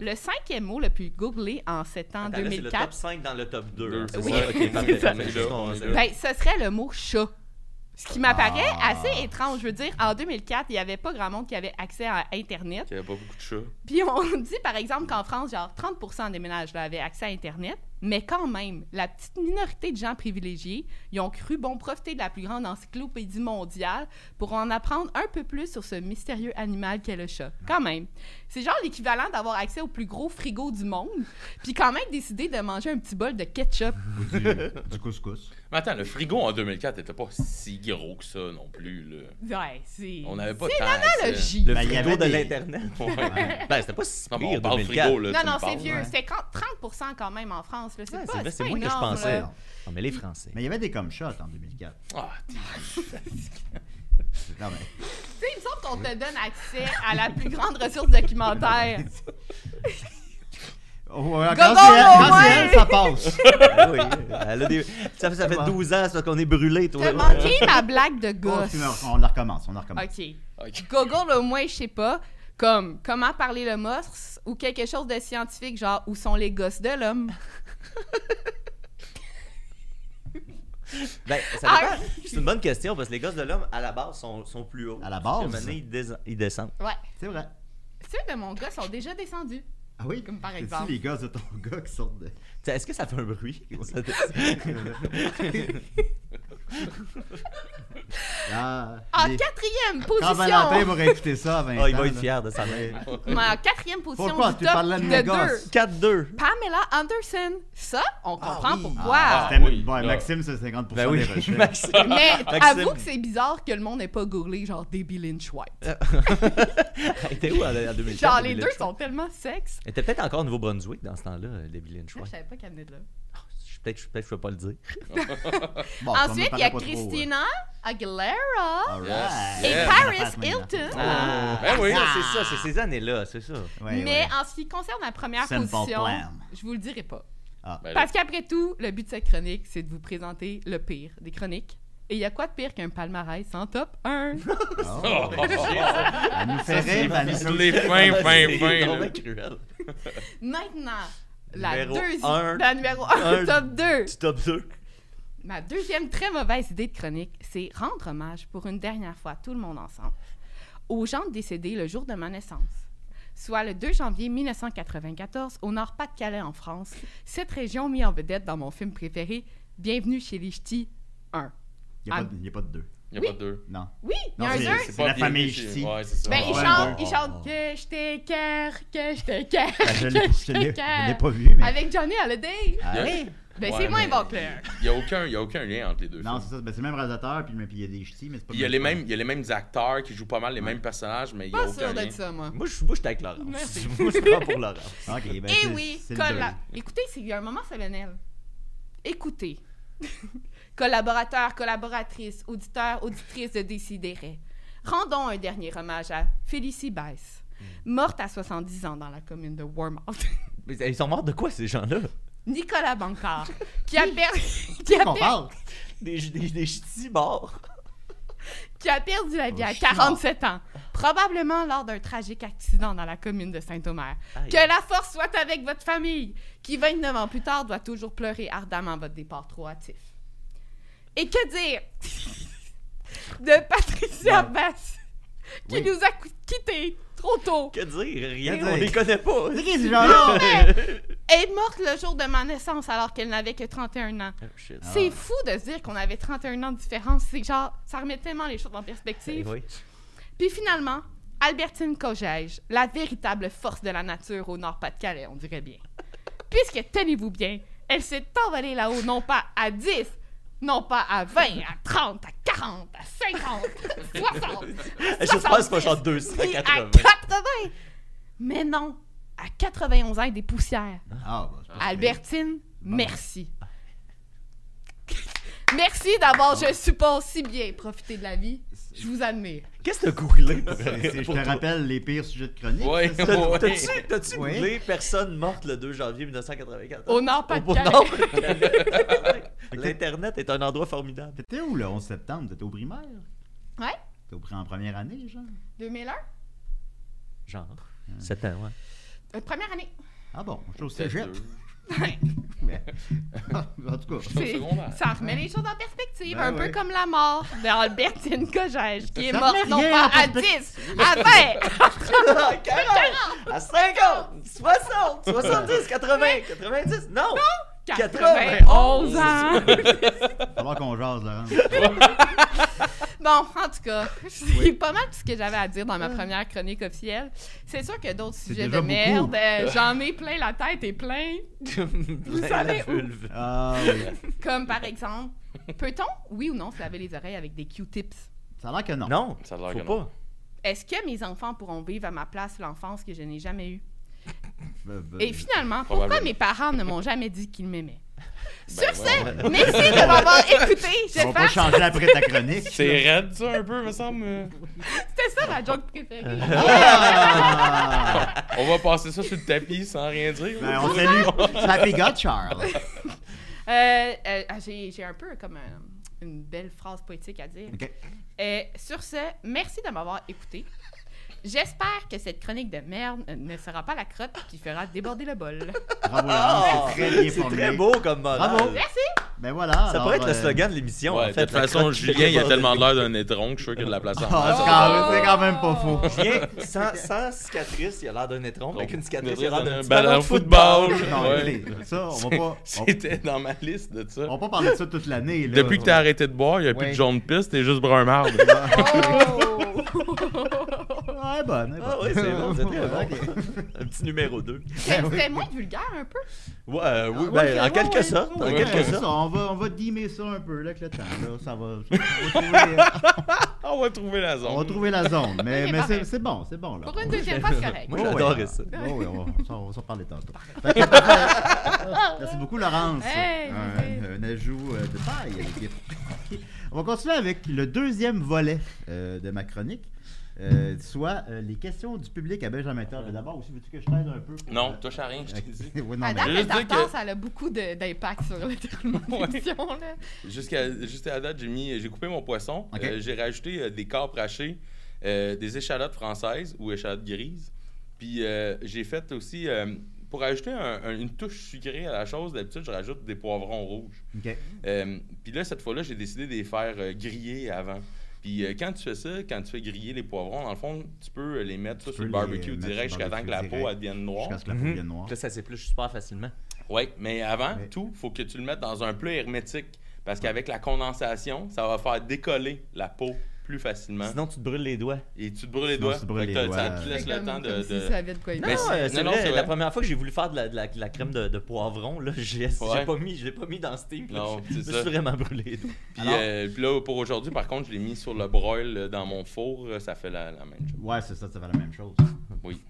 S4: Le cinquième mot le plus googlé en sept ans
S3: Attends, là, c'est le top
S4: 2004,
S3: 5 dans le top 2. hein, c'est
S5: Oui.
S3: ça? Ok, parfait.
S5: C'est ça.
S3: On est juste- on- c'est-
S4: ben, ce serait le mot chat. Ce qui m'apparaît
S2: Ah.
S4: assez étrange. Je veux dire, en 2004, il n'y avait pas grand monde qui avait accès à Internet.
S5: Il y avait pas beaucoup de chats.
S4: Puis on (laughs) dit, par exemple, qu'en France, genre 30 des ménages là, avaient accès à Internet, mais quand même, la petite minorité de gens privilégiés, ils ont cru bon profiter de la plus grande encyclopédie mondiale pour en apprendre un peu plus sur ce mystérieux animal qu'est le chat. Quand même. C'est genre l'équivalent d'avoir accès au plus gros frigo du monde, puis quand même décider de manger un petit bol de ketchup.
S2: Ou du, du couscous.
S5: Mais attends, le frigo en 2004 était pas si gros que ça non plus. Là.
S4: Ouais, c'est...
S5: On n'avait pas
S4: C'est
S5: tant accès.
S4: analogie.
S3: Le
S2: Ben, il y
S3: frigo
S2: avait
S3: de
S2: des-
S3: l'Internet.
S5: Ouais.
S3: Ben, c'était pas si
S5: Non, mais
S3: pire,
S5: on parle
S3: 2004.
S5: frigo, là.
S4: Non,
S5: tu
S4: non,
S5: me
S4: c'est
S5: parles.
S4: vieux.
S2: ouais.
S4: C'était quand- 30 quand même en France. là. C'est
S3: Ouais,
S4: pas
S3: c'est vrai,
S4: c'est
S3: c'est
S4: pas
S3: moins que je
S4: énorme,
S3: pensais.
S4: là.
S3: Non, mais les Français.
S2: Mais il y avait des comme shots en 2004.
S5: Ah, t-
S2: Non, mais.
S4: Tu sais, il me semble qu'on te donne accès à
S2: (laughs)
S4: la plus grande ressource documentaire.
S2: Oh, voilà,
S4: Go,
S2: quand
S4: go,
S2: c'est elle,
S4: go,
S2: quand c'est
S4: ouais.
S2: elle, ça
S4: (laughs)
S2: passe. Oh,
S3: Ben oui, elle a des- Ça, fait- ça fait
S2: Ouais.
S3: 12 ans, c'est qu'on est brûlés, toi.
S4: T'as manqué ma blague de
S2: Oh,
S4: gosse.
S2: c'est mort. on la recommence, on la recommence.
S4: OK.
S5: ok.
S4: Google, au moins, je sais pas, comme comment parler le morse ou quelque chose de scientifique, genre où sont les gosses de l'homme.
S3: Ben, ça dépend.
S2: Ah,
S3: C'est une bonne question parce que les gosses de l'homme, à la base, sont, sont plus hauts.
S2: À la
S3: Puis, à un
S2: base.
S3: moment donné, ils, dés- ils descendent.
S4: Ouais.
S2: C'est vrai.
S4: Ceux de mon gars sont déjà descendus.
S2: Ah oui?
S4: Comme par
S2: C'est-tu
S4: exemple.
S2: les gars de ton (laughs) gars qui sortent de.
S3: Tu sais, Est-ce que ça fait un bruit? Ça dé-
S2: Ah,
S4: En
S2: les-
S4: quatrième
S2: Quand Valentin
S4: position.
S2: va réécouter ça à 20
S3: Ah, il
S2: ans,
S3: va être
S2: là.
S3: fier de sa
S2: Ouais.
S3: mère.
S4: Mais en quatrième position
S2: Pourquoi
S4: du
S2: tu
S4: top
S2: parlais de
S4: de
S2: mes
S4: deux.
S2: gosses?
S3: 4-2.
S4: Pamela Anderson. Ça, on comprend
S3: oui.
S4: pourquoi.
S5: Ah,
S2: C'était-
S5: oui,
S2: bon,
S5: là.
S2: Maxime, c'est 50%
S3: Ben oui,
S2: des (laughs)
S5: (laughs)
S2: recherches.
S3: Maxime.
S4: Mais
S3: Maxime.
S4: avoue que c'est bizarre que le monde n'ait pas googlé genre Debbie Lynch White.
S3: Elle (laughs) était où en, en 2004?
S4: Genre les
S3: Debbie
S4: deux
S3: Lynch?
S4: sont tellement sexes.
S3: Elle était peut-être encore au Nouveau-Brunswick dans ce temps-là, euh, Debbie Lynch.
S4: Moi,
S3: Ouais.
S4: Je savais pas qu'elle venait de là.
S3: Je- Peut-être que je peux pas le dire.
S2: Bon, ça, on en
S4: Ensuite, il y
S2: parlait
S4: a
S2: pas trop, ouais. Ah,
S4: Christina Aguilera
S2: All
S5: Yes.
S2: right.
S4: et
S5: Yeah.
S4: Paris
S2: Raphaël Molina.
S4: Hilton.
S3: Ah,
S5: Ben oui.
S3: ça, c'est ça, c'est ces années-là, c'est ça. Ah,
S2: Ouais,
S4: mais
S2: ouais.
S4: en ce qui concerne la première
S2: Simple
S4: position,
S2: plan.
S4: je vous le dirai pas.
S5: Ben là,
S4: Parce qu'après tout, le but de cette chronique, c'est de vous présenter le pire des chroniques. Et il y a quoi de pire qu'un palmarès en top
S2: (laughs)
S4: 1?
S2: Oh,
S5: (laughs)
S2: elle nous fait
S5: ça, c'est
S2: rire, elle nous
S5: c'est
S2: fait-
S5: les
S4: (laughs)
S5: fins, fins,
S3: C'est
S5: fins. là.
S3: vraiment cruel.
S4: Maintenant, la
S3: Numéro
S4: deuxième.
S3: un.
S4: la numéro 1,
S3: Un.
S4: top 2.
S3: Tu top 2.
S4: Ma deuxième très mauvaise idée de chronique, c'est rendre hommage pour une dernière fois, tout le monde ensemble, aux gens décédés le jour de ma naissance, soit le 2 janvier 1994 au Nord-Pas-de-Calais en France, cette région mise en vedette dans mon film préféré, Bienvenue chez les Ch'tis 1.
S2: Il n'y a, pas
S4: Ah.
S2: de- il y a pas de deux.
S5: Il n'y a pas de deux.
S2: Non.
S4: Oui, il y
S2: Non,
S4: a un
S2: c'est-
S4: jeu.
S2: c'est la
S5: bien
S2: famille
S5: cliché.
S2: Ch'ti.
S5: Ouais, c'est ça.
S4: Ben,
S5: Ouais.
S4: il
S2: ouais,
S4: chante,
S2: ouais.
S4: il chante que je t'écœure, que je t'écœure,
S2: Ah, Je
S4: que
S2: l'ai-
S4: (laughs) je
S2: je l'ai je l'ai
S4: t'écœure.
S2: pas vu, mais.
S4: Avec Johnny Hallyday.
S2: Ah,
S5: Il y a-
S4: Ben,
S5: Ouais,
S4: c'est moins
S5: mais
S4: bon que le-
S5: Il n'y a, aucun- il y a aucun lien entre les deux.
S2: Non,
S5: films.
S2: c'est ça. ben, c'est le même réalisateur, puis mais- puis il y a des ch'tis, mais c'est pas
S5: Puis Il y, a
S2: le
S5: les
S2: film.
S5: mêmes, il y a les mêmes acteurs qui jouent pas mal les mêmes personnages, mais il n'y a
S4: Pas
S5: aucun
S4: sûr
S5: lien.
S4: d'être ça, moi.
S3: Moi, je moi, j'étais avec Laurence.
S4: Merci.
S3: Moi, je prends pour Laurence.
S2: Ok, ben,
S4: Eh
S2: c'est-
S4: oui,
S2: c'est le deux.
S4: colla- écoutez, c'est un moment solennel. Écoutez. (laughs) Collaborateurs, collaboratrices, auditeurs, auditrices de Décideret. Rendons un dernier hommage à Félicie Baisse,
S2: Hmm.
S4: morte à 70 ans dans la commune de Warmouth.
S3: Mais Ils sont morts de quoi, ces gens-là?
S4: (laughs) Nicolas
S2: (laughs)
S4: Bancard, qui a, per- qui, a
S2: qu'on
S4: per-
S2: parle?
S3: Des, des, des ch'tis morts.
S4: qui a perdu la vie
S2: Oh,
S4: à
S2: je suis mort.
S4: 47 ans, probablement lors d'un tragique accident dans la commune de Saint-Omer.
S3: Aïe.
S4: Que la force soit avec votre famille, qui 29 ans plus tard doit toujours pleurer ardemment votre départ trop hâtif. Et
S3: (laughs)
S4: que dire de Patricia
S3: Ouais.
S4: Bass, qui
S2: Oui.
S4: nous a cou- quittés trop tôt,
S3: Que dire? Rien,
S4: Eh
S2: Que
S3: on
S2: dire?
S3: les connaît pas.
S2: C'est qui ces
S3: Oh,
S2: gens-là?
S4: est morte le jour de ma naissance alors qu'elle n'avait que 31 ans.
S3: Oh, shit.
S4: C'est fou de se dire qu'on avait 31 ans de différence. C'est genre, ça remet tellement les choses en perspective.
S3: Ah, Oui.
S4: Puis finalement, Albertine Cogège, la véritable force de la nature au Nord-Pas-de-Calais, on dirait bien. Puisque, tenez-vous bien, elle s'est envolée là-haut non pas à 10, non pas à 20, à 30, à 40, à 50,
S3: (laughs)
S4: 60,
S3: J'espère que c'est pas genre
S4: 70,
S3: 200,
S4: puis à 80.
S3: 80.
S4: Mais non, à 91 ans et des poussières.
S2: Ah, bah, c'est pas-
S4: Albertine,
S3: Ah,
S4: merci. (laughs) merci d'avoir, je suppose, si bien profité de la vie. Je vous admire.
S3: Qu'est-ce que t'as googlé?
S2: (laughs)
S3: pour-
S2: C'est- Je
S3: pour
S2: te
S3: toi?
S2: rappelle les pires sujets de chronique.
S5: Ouais,
S2: ça, ça.
S3: T'as-
S5: ouais.
S3: T'as-tu t'as-tu
S2: Oui.
S3: googlé personne morte le 2 janvier 1984?
S4: Au Nord, pas de
S3: Au-
S4: Calais.
S3: Nord,
S4: (laughs)
S3: Pas-de-Calais. L'Internet est un endroit formidable.
S2: T'étais où le 11 septembre? T'étais au primaire?
S4: Ouais.
S2: T'étais au pri- en première année, genre?
S4: 2001?
S3: Genre. C'était, (laughs) ouais.
S4: Euh, première année.
S2: Ah bon, je suis au
S5: Peut-être
S2: cégep.
S5: deux.
S4: Ouais,
S2: Mais- (laughs) en tout cas.
S4: c'est-
S5: secondaire.
S4: ça remet les choses en perspective,
S2: Ben
S4: un
S2: ouais.
S4: peu comme la mort (laughs) d'Albertine Cogège, qui est
S2: Ça
S4: morte
S2: remet
S4: non
S2: rien
S4: pas
S2: en
S4: à 10,
S2: (laughs)
S4: à 20,
S3: À 40, à 50, 60, 70, 80, 90, non!
S4: 91 ans.
S2: falloir qu'on jase, Laurent.
S4: Bon, en tout
S2: (laughs)
S4: cas, c'est pas mal tout ce que j'avais à dire dans ma première chronique officielle. C'est sûr que d'autres sujets de
S2: déjà beaucoup.
S4: merde,
S2: (laughs)
S4: euh, j'en ai plein la tête et plein. Vous savez où?
S2: Ah oui.
S4: Comme par exemple, peut-on, oui ou non, se laver les oreilles avec des Q-tips?
S2: Ça a l'air que non.
S3: Non,
S5: Ça a l'air
S3: faut
S5: que non.
S3: pas.
S4: Est-ce que mes enfants pourront vivre à ma place l'enfance que je n'ai jamais eue?
S2: Euh, ben,
S4: Et finalement, pourquoi
S5: Probablement.
S4: mes parents ne m'ont jamais dit qu'ils m'aimaient?
S5: Ben,
S4: Sur
S5: ouais,
S4: ce,
S5: ouais.
S4: merci
S2: (laughs)
S4: de m'avoir écouté.
S2: on va pas
S4: J'espère que
S2: changer après ta chronique.
S5: C'est raide, ça, un peu,
S2: (laughs)
S5: me semble.
S4: (laughs) c'était ça ma joke préférée. Euh,
S2: Ah!
S5: On va passer ça sur le tapis sans rien dire.
S2: Ben, on salue.
S3: (laughs)
S2: Happy God, Charles.
S4: Euh, euh, ah, J'ai j'ai un peu comme un- une belle phrase poétique à dire.
S2: OK.
S4: Euh, sur ce, merci de m'avoir écouté. J'espère que cette chronique de merde euh, ne sera pas la crotte qui fera déborder
S2: (laughs)
S4: le bol.
S2: Bravo, Laurent. C'est très bien
S3: Ah! C'est
S2: formulé.
S3: très beau comme morale.
S2: Bravo.
S4: Merci!
S2: Ben voilà.
S3: Ça
S2: alors,
S3: pourrait être
S2: euh,
S3: le slogan de l'émission,
S5: Ouais,
S3: en fait.
S5: de toute
S3: la
S5: façon,
S3: crotte qui
S5: Julien, il a
S3: déborde.
S5: tellement l'air d'un étron que je suis sûr qu'il y a de la place en
S2: Ah, c'est quand- c'est quand même pas faux.
S3: (laughs) Julien, sans, sans cicatrice, il a l'air d'un étron. Avec une cicatrice, il a l'air d'un petit
S5: ballon
S3: ballon
S5: de
S3: de
S5: football.
S2: Non,
S5: Ouais.
S2: écoutez, ça, on
S3: (laughs)
S5: (laughs)
S2: va pas. on-
S5: C'était dans ma liste de ça.
S2: On va pas parler de ça toute l'année. là.
S5: Depuis que t'as arrêté de boire, il n'y a plus
S2: Ouais.
S5: de jaune piste, t'es juste
S2: (laughs)
S5: brun marbre.
S2: Ah, bonne.
S3: Ah oui, c'est bon, c'est très bon.
S2: Ok.
S3: Un petit numéro 2.
S4: C'était c'était moins vulgaire un peu.
S3: Ouais, euh, oui,
S2: Ah,
S3: ben,
S2: ouais,
S3: en
S2: ouais,
S3: quelque
S2: ouais,
S3: sorte.
S2: ouais,
S3: en
S2: ouais,
S3: quelque
S2: ouais,
S3: sorte.
S2: ça, On va, on va dimmer ça un peu là, avec le temps. Là, ça va. on va trouver-
S5: On va trouver la zone.
S2: on va trouver la zone. Mais,
S4: Ok,
S2: mais
S4: parfait.
S2: c'est- c'est bon, c'est bon là.
S4: Pour une deuxième fois, c'est correct.
S3: Moi, j'adorais ça.
S2: Ouais, ouais, on, va- on va s'en parler tantôt. Fait que, parfait. Merci beaucoup, Laurence.
S4: Hey,
S2: un, un ajout euh, de taille à l'équipe. (laughs) on va continuer avec le deuxième volet euh, de ma chronique. euh, soit euh, les questions du public à Benjamin Todd. Mais D'abord, aussi, veux-tu que je t'aide un peu? pour,
S5: Non,
S2: euh,
S5: touche à rien, je t'ai
S2: (laughs)
S5: dit.
S2: Ouais, non,
S4: À
S2: mais-
S4: date,
S5: Juste
S4: le
S5: dire
S4: tartare,
S5: que-
S4: ça a beaucoup de- d'impact sur le (laughs) déroulement de l'émission. là.
S5: Jusqu'à juste à date, j'ai mis, j'ai coupé mon poisson.
S2: Ok.
S5: Euh, j'ai rajouté euh, des corps hachés, euh, des échalotes françaises ou échalotes grises. Puis euh, j'ai fait aussi, euh, pour ajouter un- un- une touche sucrée à la chose, d'habitude, je rajoute des poivrons rouges.
S2: Ok.
S5: Euh, Puis là, cette fois-là, j'ai décidé de les faire euh, griller avant. Puis euh, quand tu fais ça, quand tu fais griller les poivrons, dans le fond, tu peux euh, les mettre ça, sur
S2: peux
S5: le
S2: les
S5: barbecue
S2: mettre sur le
S5: direct jusqu'à temps que
S2: barbecue
S5: la peau
S2: direct.
S5: elle devienne noire.
S2: Jusqu'à ce que la peau
S3: Mhm.
S2: devienne noire.
S3: Là, ça s'épluche super facilement.
S5: Oui, mais avant
S2: Mais-
S5: tout, faut que tu le mettes dans un plat hermétique parce qu'avec la condensation, ça va faire décoller la peau plus facilement.
S3: Sinon, tu te brûles les doigts.
S5: Et tu te brûles les
S2: Sinon,
S5: doigts.
S2: tu te brûles
S5: Fait que
S2: les
S5: t'as-
S2: doigts.
S5: Ça te laisse le
S4: Comme-
S5: temps de.
S4: comme
S5: de-
S4: si ça avait de quoi y
S3: Non,
S5: Mais
S4: mettre.
S5: c'est-
S3: euh, c'est
S5: non, non,
S3: vrai,
S5: c'est
S3: la
S5: vrai.
S3: première fois que j'ai voulu faire de la, de la- de la crème de, de poivron, là, (laughs) j'ai
S5: Ouais.
S3: j'ai pas mis, j'ai pas mis dans Steam. là,
S5: Non,
S3: je
S5: c'est
S3: me suis
S5: ça.
S3: vraiment brûlé.
S5: Puis euh, puis là, pour aujourd'hui, par contre, je l'ai mis sur le broil euh, dans mon four. euh, Ça fait la, la même chose.
S2: Ouais, c'est ça, ça fait la même chose.
S5: Oui.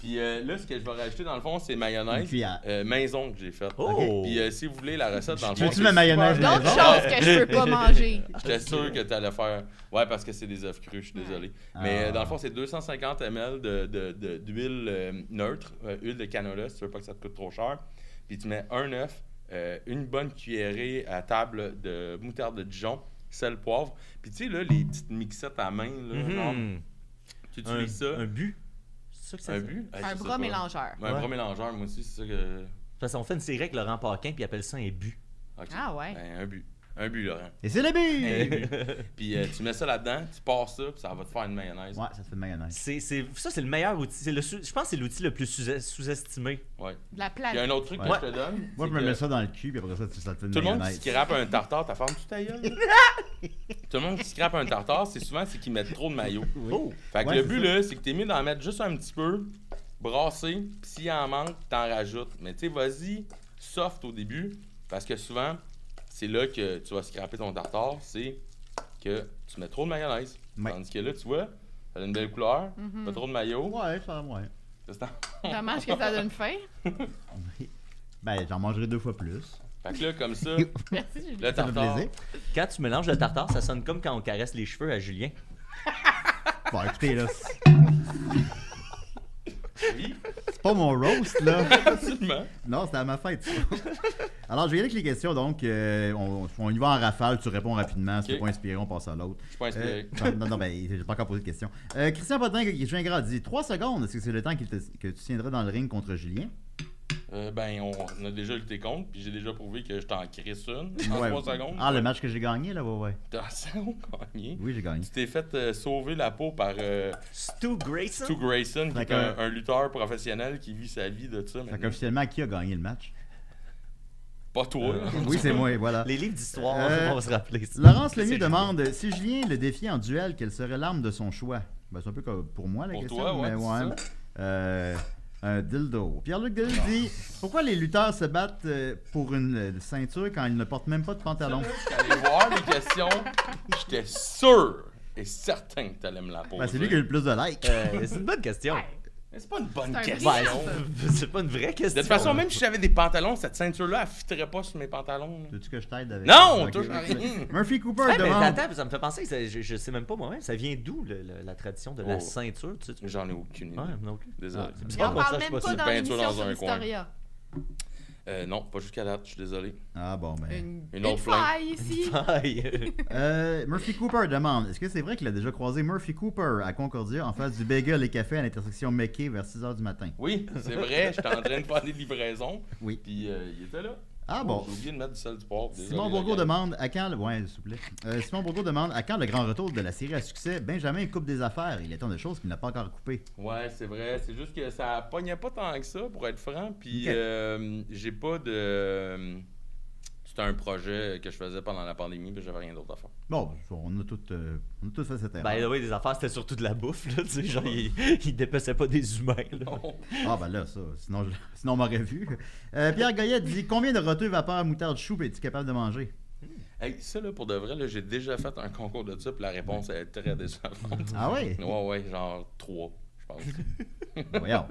S5: Puis euh, là, ce que je vais rajouter dans le fond, c'est mayonnaise.
S2: Une cuillère.
S5: euh, maison que j'ai faite.
S3: Oh!
S5: Puis euh, si vous voulez la recette, dans le fond.
S2: Veux-tu
S5: c'est
S2: ma mayonnaise
S5: super-
S4: D'autres
S2: maison?
S4: choses que je peux
S5: (laughs)
S4: pas manger.
S5: J'étais sûr que tu allais faire. Ouais, parce que c'est des œufs crus, je suis désolé. Mais
S2: Ah.
S5: euh, dans le fond, c'est 250 ml d'huile de, de, d'huile, euh, neutre, euh, huile de canola, si tu veux pas que ça te coûte trop cher. Puis tu mets un œuf, euh, une bonne cuillerée à table de moutarde de Dijon, sel, poivre. Puis tu sais, là, les petites mixettes à main, là,
S3: mm-hmm.
S5: genre, tu
S3: Mhm. Un,
S5: utilises euh, ça.
S3: un but. C'est ça que ça
S5: Un
S3: dit?
S5: but? Ah,
S4: Un
S5: je sais
S4: bras
S5: pas.
S4: mélangeur.
S5: Ouais, Un
S3: Ouais.
S5: bras mélangeur, moi aussi, c'est ça que.
S3: Parce qu'on fait une série avec Laurent Paquin puis il appelle ça un but.
S5: Ok.
S4: Ah ouais.
S5: Ben, un but. Un but, Laurent.
S2: Et c'est le
S3: (laughs)
S5: Un
S2: but!
S5: but. puis euh, tu mets ça là-dedans, tu passes ça, puis ça va te faire une mayonnaise.
S2: Ouais, ça te fait de mayonnaise.
S3: C'est, c'est- ça, c'est le meilleur outil. C'est le sous- je pense que c'est l'outil le plus sous- sous-estimé.
S5: Ouais.
S4: De la
S5: Il y a
S4: planète.
S5: un autre truc
S2: Ouais.
S5: que je te donne.
S2: Moi,
S5: c'est
S2: je me
S5: que
S2: mets ça dans le cul, puis après ça, tu- ça te fait de
S5: Tout le monde qui
S2: mayonnaise.
S5: scrape un tartare, ta femme, tu ta
S2: (laughs)
S5: gueule, là? Tout le monde qui scrape un tartare, c'est souvent c'est qu'ils mettent trop de maillot.
S3: Oh!
S5: Fait que
S2: Ouais,
S5: le
S2: c'est
S5: but,
S2: ça.
S5: là, c'est que t'es mieux d'en mettre juste un petit peu, brasser, pis s'il en manque, t'en rajoutes. Mais tu sais, vas-y soft au début, parce que souvent, c'est là que tu vas scraper ton tartare, c'est que tu mets trop de mayonnaise.
S2: Ouais.
S5: Tandis que là, tu vois, ça a une belle couleur, pas trop de maillot.
S2: Ouais, ça, ouais.
S5: Ça, c'est en-
S4: Dommage que ça donne faim.
S2: (laughs) Ben, j'en mangerai deux fois plus.
S5: Fait que là,
S2: (laughs)
S5: comme ça,
S4: (laughs) Merci, Julie.
S5: le
S2: Ça fait
S5: tartare,
S2: plaisir.
S3: Quand tu mélanges le tartare, ça sonne comme quand on caresse les cheveux à Julien.
S2: Bon, écoutez, là, c'est
S5: oui,
S2: c'est pas mon roast, là.
S5: (laughs) absolument.
S2: Non, c'était à ma fête. ça. Alors, je vais y aller avec les questions, donc. euh, on, on y va en rafale, tu réponds rapidement. Si
S5: Ok.
S2: t'es pas inspiré, on passe à l'autre.
S5: Je suis pas
S2: Euh,
S5: inspiré.
S2: non, non, ben, j'ai pas encore posé de question. Euh, Christian Potin, qui est ingrat, dit 3 secondes. Est-ce que c'est le temps qu'il te- que tu tiendrais dans le ring contre Julien
S5: Euh, ben, on, on a déjà lutté contre, puis j'ai déjà prouvé que je t'en crisse une en
S2: Ouais.
S5: 3 secondes.
S2: Ah, le match que j'ai gagné, là, ouais, ouais.
S5: T'as ça, on gagnait.
S2: Oui, j'ai gagné.
S5: Tu t'es fait euh, sauver la peau par euh,
S3: Stu Grayson?
S5: Stu Grayson, qui
S2: Fait
S5: est
S2: que-
S5: un, un lutteur professionnel qui vit sa vie de ça.
S2: Fait
S5: maintenant.
S2: qu'officiellement, qui a gagné le match
S5: Pas toi. là.
S2: Oui, c'est moi, voilà.
S3: Les livres d'histoire
S2: Euh,
S3: vont se rappeler ça.
S2: Laurence
S3: C'est
S2: Lemieux
S3: Julien.
S2: demande si Julien le défiait en duel, quelle serait l'arme de son choix ben, C'est un peu comme pour moi la
S5: Pour
S2: question.
S5: toi, ouais,
S2: mais
S5: c'est ça.
S2: Euh, un dildo. Pierre-Luc Delis dit Pourquoi les lutteurs se battent euh, pour une euh, ceinture quand ils ne portent même pas de pantalon
S5: J'étais allé voir les questions. J'étais sûr et certain que t'allais me la poser.
S2: Ben, C'est lui qui a eu le plus de likes.
S3: Euh, c'est une bonne question.
S4: Ouais.
S5: Mais c'est pas une bonne
S4: C'est un
S5: question.
S3: Ouais, c'est- c'est pas une vraie question.
S5: De toute façon, même si j'avais des pantalons, cette ceinture-là, elle fitterait pas sur mes pantalons. là.
S2: Veux-tu que je t'aide avec
S5: Non,
S2: Ok,
S5: touche à
S2: ok.
S5: rien.
S2: Murphy Cooper
S3: Ouais, mais
S2: demande
S3: attends, ça me fait penser, ça- je, je sais même pas moi-même, ça vient d'où le- le- la tradition de la
S5: Oh.
S3: ceinture, tu sais? tu- Ouais,
S5: J'en ai aucune idée.
S3: non plus.
S5: Désolé.
S3: Ah, c'est
S4: Et on
S3: bizarre,
S4: parle
S3: ça, je
S4: même
S3: sais
S4: pas
S5: si
S4: dans
S5: peinture
S4: l'émission
S5: dans
S4: sur
S5: un coin.
S4: Historia.
S5: Euh, non, pas jusqu'à date, je suis désolé.
S2: Ah bon, ben.
S4: Une,
S5: Une
S4: une
S5: autre
S4: fois ici.
S3: Aïe.
S2: Euh, Murphy Cooper demande Est-ce que c'est vrai qu'il a déjà croisé Murphy Cooper à Concordia en face du bagel et café à l'intersection McKay vers 6 h du matin
S5: Oui, c'est vrai, j'étais en train de faire des livraisons.
S2: Oui.
S5: Puis euh, il était là.
S2: Ah bon
S5: Oh, J'ai oublié de mettre du sel du poivre. désolé,
S2: Simon
S5: la
S2: Bourgault
S5: gang.
S2: demande à quand le... ouais, s'il vous plaît. Euh, Simon Bourgault demande à quand le grand retour de la série à succès Benjamin coupe des affaires. Il y a tant de choses qu'il n'a pas encore coupées.
S5: Ouais, c'est vrai. C'est juste que ça pognait pas tant que ça, pour être franc. Puis
S2: Ok.
S5: euh, j'ai pas de. C'était un projet que je faisais pendant la pandémie, puis j'avais rien d'autre à faire.
S2: Bon, ben, on a toutes euh, on a toutes fait cette
S3: Ben
S2: erreur.
S3: oui, des affaires, c'était surtout de la bouffe, là, tu sais, genre, ils il dépassaient pas des humains, là.
S2: Ah ben là, ça, sinon, je- (laughs) sinon on m'aurait vu. Euh, Pierre Goyette dit combien de roteux vapeur moutarde chou es-tu capable de manger
S5: (laughs) Hey, ça, là, pour de vrai, là, j'ai déjà fait un concours de ça, puis la réponse est très décevante.
S2: Ah ouais
S5: Ouais, ouais, genre trois, je pense.
S2: Ben Voyons.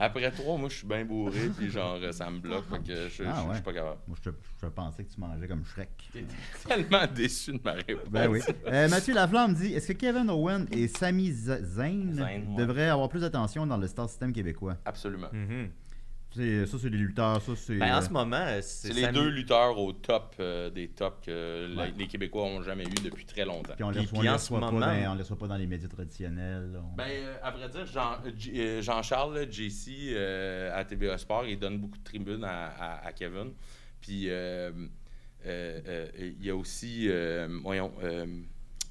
S5: Après trois, moi, je suis bien bourré, puis genre, ça me bloque, fait que je- je
S2: Ah
S5: je- je
S2: ouais.
S5: suis pas capable. (laughs)
S2: Moi, je, te- je pensais que tu mangeais comme Shrek.
S5: T'es tellement déçu de ma réponse.
S2: Ben oui. Euh, Mathieu Laflamme dit Est-ce que Kevin Owen et Sami Z- Zayn
S5: Zayn, ouais.
S2: devraient avoir plus d'attention dans le star system québécois
S5: Absolument.
S3: Mhm.
S2: C'est- Ça, c'est des lutteurs, ça, c'est.
S3: Ben, en
S2: euh,
S3: ce moment, euh,
S5: C'est
S3: c'est
S5: les
S3: Sami-
S5: deux lutteurs au top euh, des tops que la-
S2: Ouais.
S5: les Québécois ont jamais eu depuis très longtemps.
S2: Puis on les
S3: Puis-
S2: reçoit,
S3: puis
S2: on
S3: en
S2: les
S3: ce
S2: reçoit pas,
S3: moment-
S2: dans, on les reçoit pas dans les médias traditionnels. là. On-
S5: Ben, euh, à vrai dire, Jean, euh, J- euh, Jean-Charles, là, JC, euh, à TVA Sport, il donne beaucoup de tribunes à, à- à Kevin. Puis, euh, euh, euh, il y a aussi, euh, voyons, euh,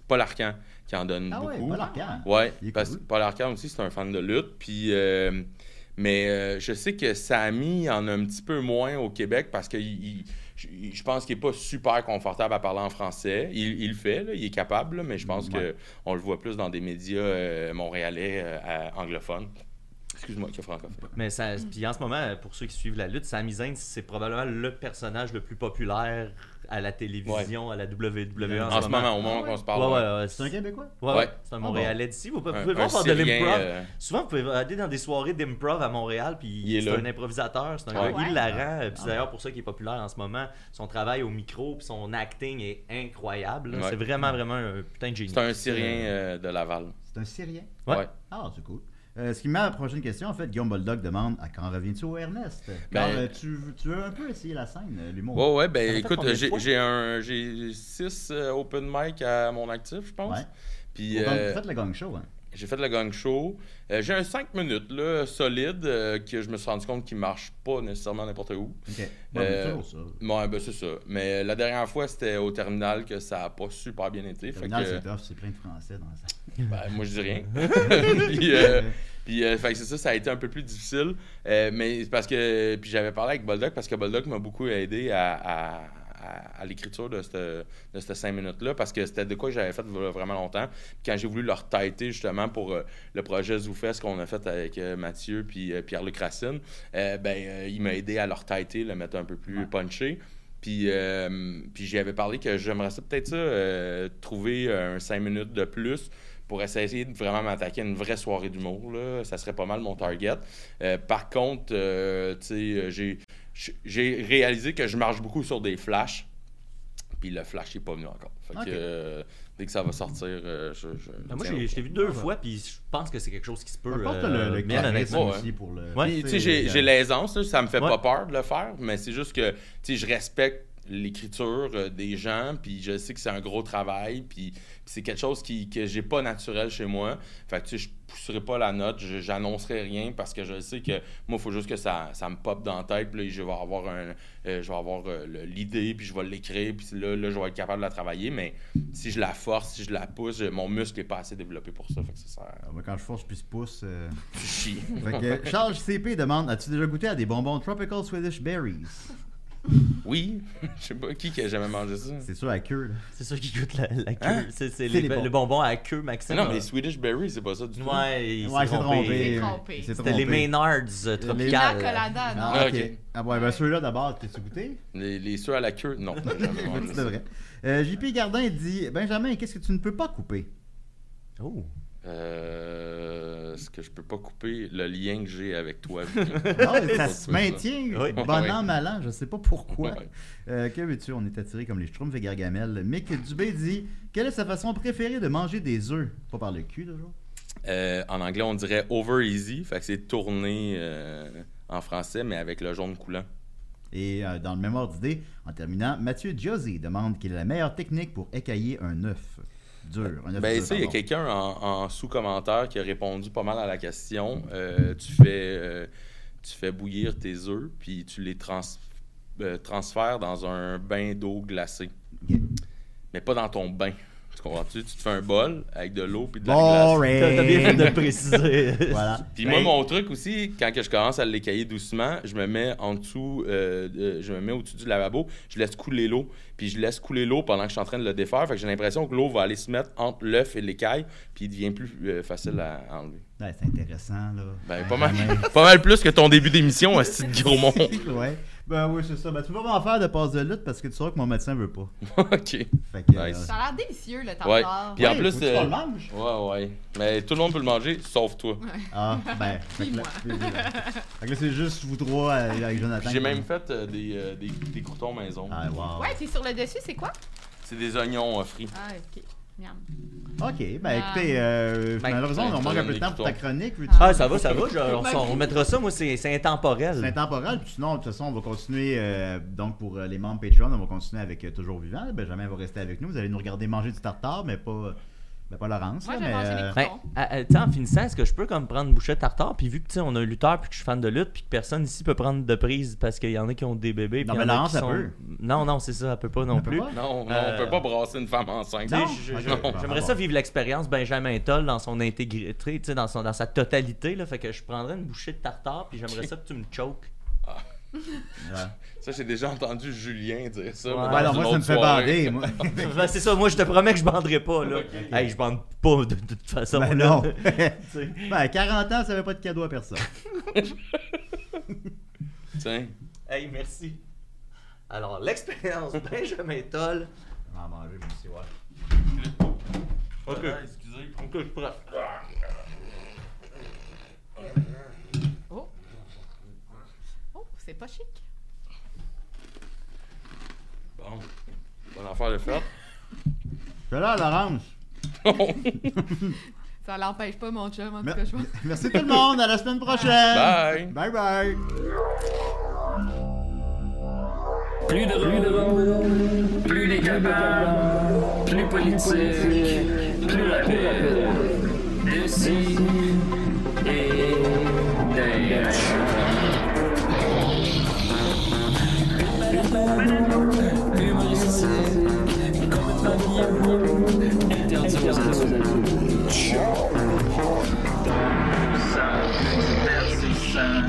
S5: Paul Arcan qui en donne
S2: ah ouais,
S5: beaucoup.
S2: voilà, quand?
S5: Ouais,
S2: Il est
S5: parce que
S2: cool.
S5: Paul Arcand aussi, c'est un fan de lutte. Puis, euh, mais euh, je sais que Samy en a un petit peu moins au Québec parce que il- il- je- il- je pense qu'il n'est pas super confortable à parler en français. Il, il le fait, là, il est capable, là, mais je pense
S2: Ouais.
S5: qu'on le voit plus dans des médias euh, montréalais euh, à- anglophones. Excuse-moi, que francophone.
S3: Mais ça, euh, puis en ce moment, pour ceux qui suivent la lutte, Sami Zayn, c'est probablement le personnage le plus populaire à la télévision, à la E WWE.
S5: En ce moment, au moment qu'on se parle.
S3: Ouais,
S5: ouais.
S3: ouais, ouais,
S2: C'est un Québécois?
S3: Ouais,
S5: Ouais. Ah
S3: c'est un
S2: bon.
S3: Montréalais d'ici. Vous pouvez, vous pouvez voir
S5: Un- un
S3: faire de
S5: Syrien,
S3: l'improv.
S5: euh,
S3: Souvent, vous pouvez aller dans des soirées d'improv à Montréal, puis
S5: Il est
S3: c'est
S5: là.
S3: un improvisateur, c'est un
S5: Ouais.
S3: gars
S4: Ouais.
S3: hilarant. Puis c'est d'ailleurs pour ça qu'il est populaire en ce moment. Son travail au micro, puis son acting est incroyable. là.
S5: Ouais.
S3: C'est vraiment, vraiment un putain de génie.
S5: C'est un Syrien euh, de Laval.
S2: C'est un Syrien.
S3: Ouais.
S5: Ouais.
S2: Ah, c'est cool. Euh, ce qui m'a la prochaine question, en fait, Guillaume Boldock demande à quand reviens-tu au Ernest Quand
S5: Ben-
S2: euh, tu, tu veux un peu essayer la scène, euh, l'humour.
S5: Ouais, ouais,
S3: Ça
S5: ben
S3: fait
S5: écoute,
S3: combien de
S5: j'ai-
S3: fois?
S5: j'ai un. J'ai six euh, open mic à mon actif, je pense.
S2: Ouais.
S5: Puis
S2: Au gang-
S5: euh,
S2: Faites le gang show. Hein.
S5: j'ai fait le gang show. Euh, j'ai un 5 minutes, là, solide, euh, que je me suis rendu compte qu'il marche pas nécessairement n'importe où.
S2: Ok. Ouais, mais
S5: Euh,
S2: c'est toujours ça.
S5: Ouais, ben c'est ça. Mais la dernière fois, c'était au terminal que ça a pas super bien été.
S2: Le
S5: Fait
S2: terminal,
S5: que-
S2: c'est tough, c'est plein de Français dans ça.
S5: Ben, moi, je dis
S2: (laughs)
S5: rien. (laughs) puis, euh, puis, euh, fait que c'est ça, ça a été un peu plus difficile. Euh, mais c'est parce que. Puis j'avais parlé avec Boldock parce que Boldock m'a beaucoup aidé à, à- à- à l'écriture de cette, de cette cinq minutes-là parce que c'était de quoi que j'avais fait voilà vraiment longtemps. Puis quand j'ai voulu le retaiter justement pour euh, le projet Zoufest qu'on a fait avec euh, Mathieu puis euh, Pierre-Luc Racine, euh, ben, euh, il m'a aidé à le retaiter, le mettre un peu plus
S2: Ouais.
S5: punché. Puis, euh, puis j'y avais parlé que j'aimerais ça peut-être ça, euh, trouver un 5 minutes de plus pour essayer de vraiment m'attaquer à une vraie soirée d'humour. là. Ça serait pas mal mon target. Euh, par contre, euh, tu sais, euh, j'ai- j'ai- j'ai réalisé que je marche beaucoup sur des flashs. Puis le flash n'est pas venu encore. Fait que,
S2: Ok.
S5: euh, dès que ça va sortir, euh, je, je-
S3: Ben, moi,
S5: tiens,
S3: j'ai- je l'ai vu deux fois, puis je pense que c'est quelque chose qui se peut.
S2: Apporte
S3: euh,
S2: Bah, le, le
S3: bien
S2: charisme
S3: honnêtement.
S5: ouais.
S2: aussi pour le. euh,
S3: Ouais,
S5: Puis, tu sais, j'ai, j'ai l'aisance, là, ça me fait
S3: euh, Ouais.
S5: pas peur de le faire, mais c'est juste que, tu sais, je respecte l'écriture euh, des gens, puis je sais que c'est un gros travail, puis, puis c'est quelque chose qui, que j'ai pas naturel chez moi. Fait que, tu sais, je pousserai pas la note, je- j'annoncerai rien parce que je sais que, moi, il faut juste que ça, ça me pop dans la tête, puis là, je vais avoir, un, euh, je vais avoir euh, le- l'idée, puis je vais l'écrire, puis là, là, je vais être capable de la travailler, mais si je la force, si je la pousse, je- mon muscle est pas assez développé pour ça, fait que ça sert à
S2: Ah, moi, Quand je force, puis je pousse.
S5: (laughs)
S2: euh,
S5: chier.
S2: Fait que Charles CP demande As-tu déjà goûté à des bonbons Tropical Swedish Berries
S5: Oui, (laughs) je sais pas qui qui a jamais mangé ça.
S2: C'est sûr, à queue, là.
S3: C'est ça qui goûte la, la queue.
S5: Hein?
S3: C'est,
S2: C'est
S3: c'est les-
S2: les bons.
S3: le bonbon à queue, Maxime.
S5: Mais non, mais les
S3: ouais,
S5: Swedish Berry, c'est pas ça du tout.
S3: il s'est
S2: Ouais, c'est trompé.
S4: Il s'est
S2: ouais.
S4: trompé.
S2: Il s'est
S3: C'était les
S2: trompé.
S3: Maynards euh,
S4: La
S3: tropicales.
S4: colada, non?
S2: Ah, ok.
S5: Ah, ok.
S2: Ah, ouais, ben ceux-là d'abord, t'es-tu goûté
S5: Les, les ceux à la queue, non. j'ai
S2: (laughs)
S5: jamais mangé
S2: C'est
S5: ça.
S2: vrai. Euh, JP Gardin dit Benjamin, qu'est-ce que tu ne peux pas couper
S3: Oh.
S5: Euh, Est-ce que je peux pas couper le lien que j'ai
S2: (laughs)
S5: avec toi?
S2: Non, ça se maintient,
S3: Oui.
S2: bon
S5: Ouais.
S2: an, mal an, je sais pas pourquoi.
S5: Ouais.
S2: Euh, que veux-tu, on est attirés comme les schtroumpfs et gargamel. Mick Dubé dit Quelle est sa façon préférée de manger des œufs Pas par le cul, toujours.
S5: Euh, en anglais, on dirait over easy, fait que c'est tourné euh, en français, mais avec le jaune coulant.
S2: Et euh, dans le même ordre d'idée, en terminant, Mathieu Giozzi demande quelle est la meilleure technique pour écailler un œuf dur. Un œuf
S5: Ben,
S2: dur,
S5: tu sais, il y a
S2: pardon.
S5: quelqu'un en, en sous-commentaire qui a répondu pas mal à la question. Euh, tu, fais, euh, tu fais bouillir tes œufs, puis tu les trans- euh, transfères dans un bain d'eau glacée.
S2: Yeah.
S5: Mais pas dans ton bain. Tu comprends-tu? Tu te fais un bol avec de l'eau puis de la glace.
S2: Boring.
S3: T'as, t'as bien fait de le préciser.
S2: (laughs) Voilà.
S5: (laughs) Puis moi, mon truc aussi, quand que je commence à l'écailler doucement, je me mets en dessous, euh, de- je me mets au-dessus du lavabo, je laisse couler l'eau, puis je laisse couler l'eau pendant que je suis en train de le défaire. Fait que j'ai l'impression que l'eau va aller se mettre entre l'œuf et l'écaille, puis il devient plus euh, facile à à enlever.
S2: Ouais, c'est intéressant, là.
S5: Ben, pas mal, pas mal plus que ton début d'émission, (laughs) à ce gros monde.
S2: (laughs) ouais. Ben oui, c'est ça. Ben, tu peux pas m'en faire de passe de lutte parce que tu sauras que mon médecin veut pas.
S5: ok.
S2: Fait que,
S5: Mmh.
S2: euh,
S5: Nice.
S4: Ça a l'air délicieux, le
S5: Ouais.
S4: tartare.
S5: Puis en
S2: Ouais,
S5: plus.
S2: faut que tu
S5: euh,
S2: le manges.
S5: ouais, ouais. Mais tout le monde peut le manger, sauf toi.
S2: Ah, ben. fait que là, fait que là, c'est juste vous trois euh, avec Jonathan.
S5: Puis J'ai même fait euh, des, euh, des, des croutons maison.
S2: Ah, wow.
S4: Ouais, c'est sur le dessus, c'est quoi?
S5: C'est des oignons euh, frits.
S4: Ah, ok. Miam.
S2: Ok, ben écoutez, euh,
S3: Ben,
S2: malheureusement, on
S5: tu
S2: manque un
S5: donnes
S2: peu de
S5: les
S2: temps pour ta
S5: boutons.
S2: chronique. veux-tu?
S3: Ah, ça va, ça va. je- on, s'en remettra ça. Moi, c'est, c'est intemporel.
S2: C'est intemporel, puis sinon, de toute façon, on va continuer. euh, donc, pour euh, les membres Patreon, on va continuer avec euh, Toujours Vivant. Benjamin va rester avec nous. Vous allez nous regarder manger du tartare, mais pas, ben, pas Laurence.
S4: Moi,
S2: là,
S4: j'ai
S2: mais,
S4: mangé des
S2: euh,
S3: Ben, à- à- tu sais, en finissant, est-ce que je peux comme prendre une bouchée de tartare? Puis vu que tu sais, on a un lutteur, puis que je suis fan de lutte, puis que personne ici peut prendre de prise parce qu'il y en a qui ont des bébés.
S2: Non,
S3: puis il y
S2: mais
S3: en a
S2: Laurence,
S3: qui
S2: elle
S3: sont-
S2: peut.
S3: Non, non, c'est ça, elle peut pas non
S2: Elle peut
S3: plus.
S2: pas?
S5: Non, non,
S3: Euh,
S5: on peut pas brasser une femme enceinte.
S3: Tu sais,
S2: Non.
S3: je-
S2: Ok.
S3: je-
S2: Bon,
S3: J'aimerais
S2: bon.
S3: ça vivre l'expérience Benjamin Toll dans son intégrité, tu sais, dans, son, dans sa totalité. Là, fait que je prendrais une bouchée de tartare, puis j'aimerais ça que tu me
S2: (laughs)
S3: choques.
S5: Ça, j'ai déjà (laughs) entendu Julien dire ça.
S3: Ouais.
S5: mais
S2: Ben, non,
S5: dans une
S2: moi, ça
S5: autre
S2: me fait
S5: soirée.
S2: bander. (laughs) moi.
S3: Ben, c'est ça, moi je te promets que je banderai pas. Là. Hey, je bande pas de, de toute façon.
S2: Ben,
S3: là.
S2: non.
S3: (laughs) Tu sais.
S2: ben, 40 ans, ça fait pas de cadeau à personne.
S5: (laughs) Tiens.
S3: Hey, merci. Alors,
S2: (laughs)
S3: l'expérience Benjamin
S2: Je
S3: Toll.
S2: vais en manger, moi aussi, ouais.
S5: Ok. excusez.
S3: que je prends.
S4: Oh! Oh, c'est pas chic.
S5: Bon. Bonne affaire de faire.
S2: Celui-là, à l'orange.
S4: Ça l'empêche pas, mon chum, en tout
S2: Mer-
S4: cas, je
S5: (laughs)
S4: pense.
S2: Merci tout le monde, à la semaine prochaine.
S5: Bye.
S2: Bye bye.
S9: Plus de plus de rôle, plus les capables, plus politique, plus rapide. D'ici et d'ailleurs. Humoristique, complètement guillot, interdit aux adultes.
S1: ça, divertissant.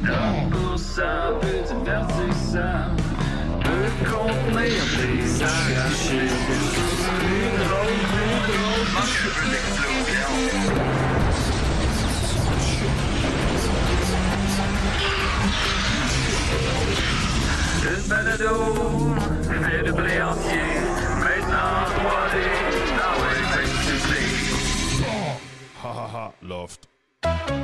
S1: Donc pour ça, peu divertissant. Peut contenir des arrachés. Une drôle, une drôle, marche une explosion. Une balado, fait de blé entier. Maintenant, 3D, dans les mêmes supplés.
S10: Ha ha ha, loft.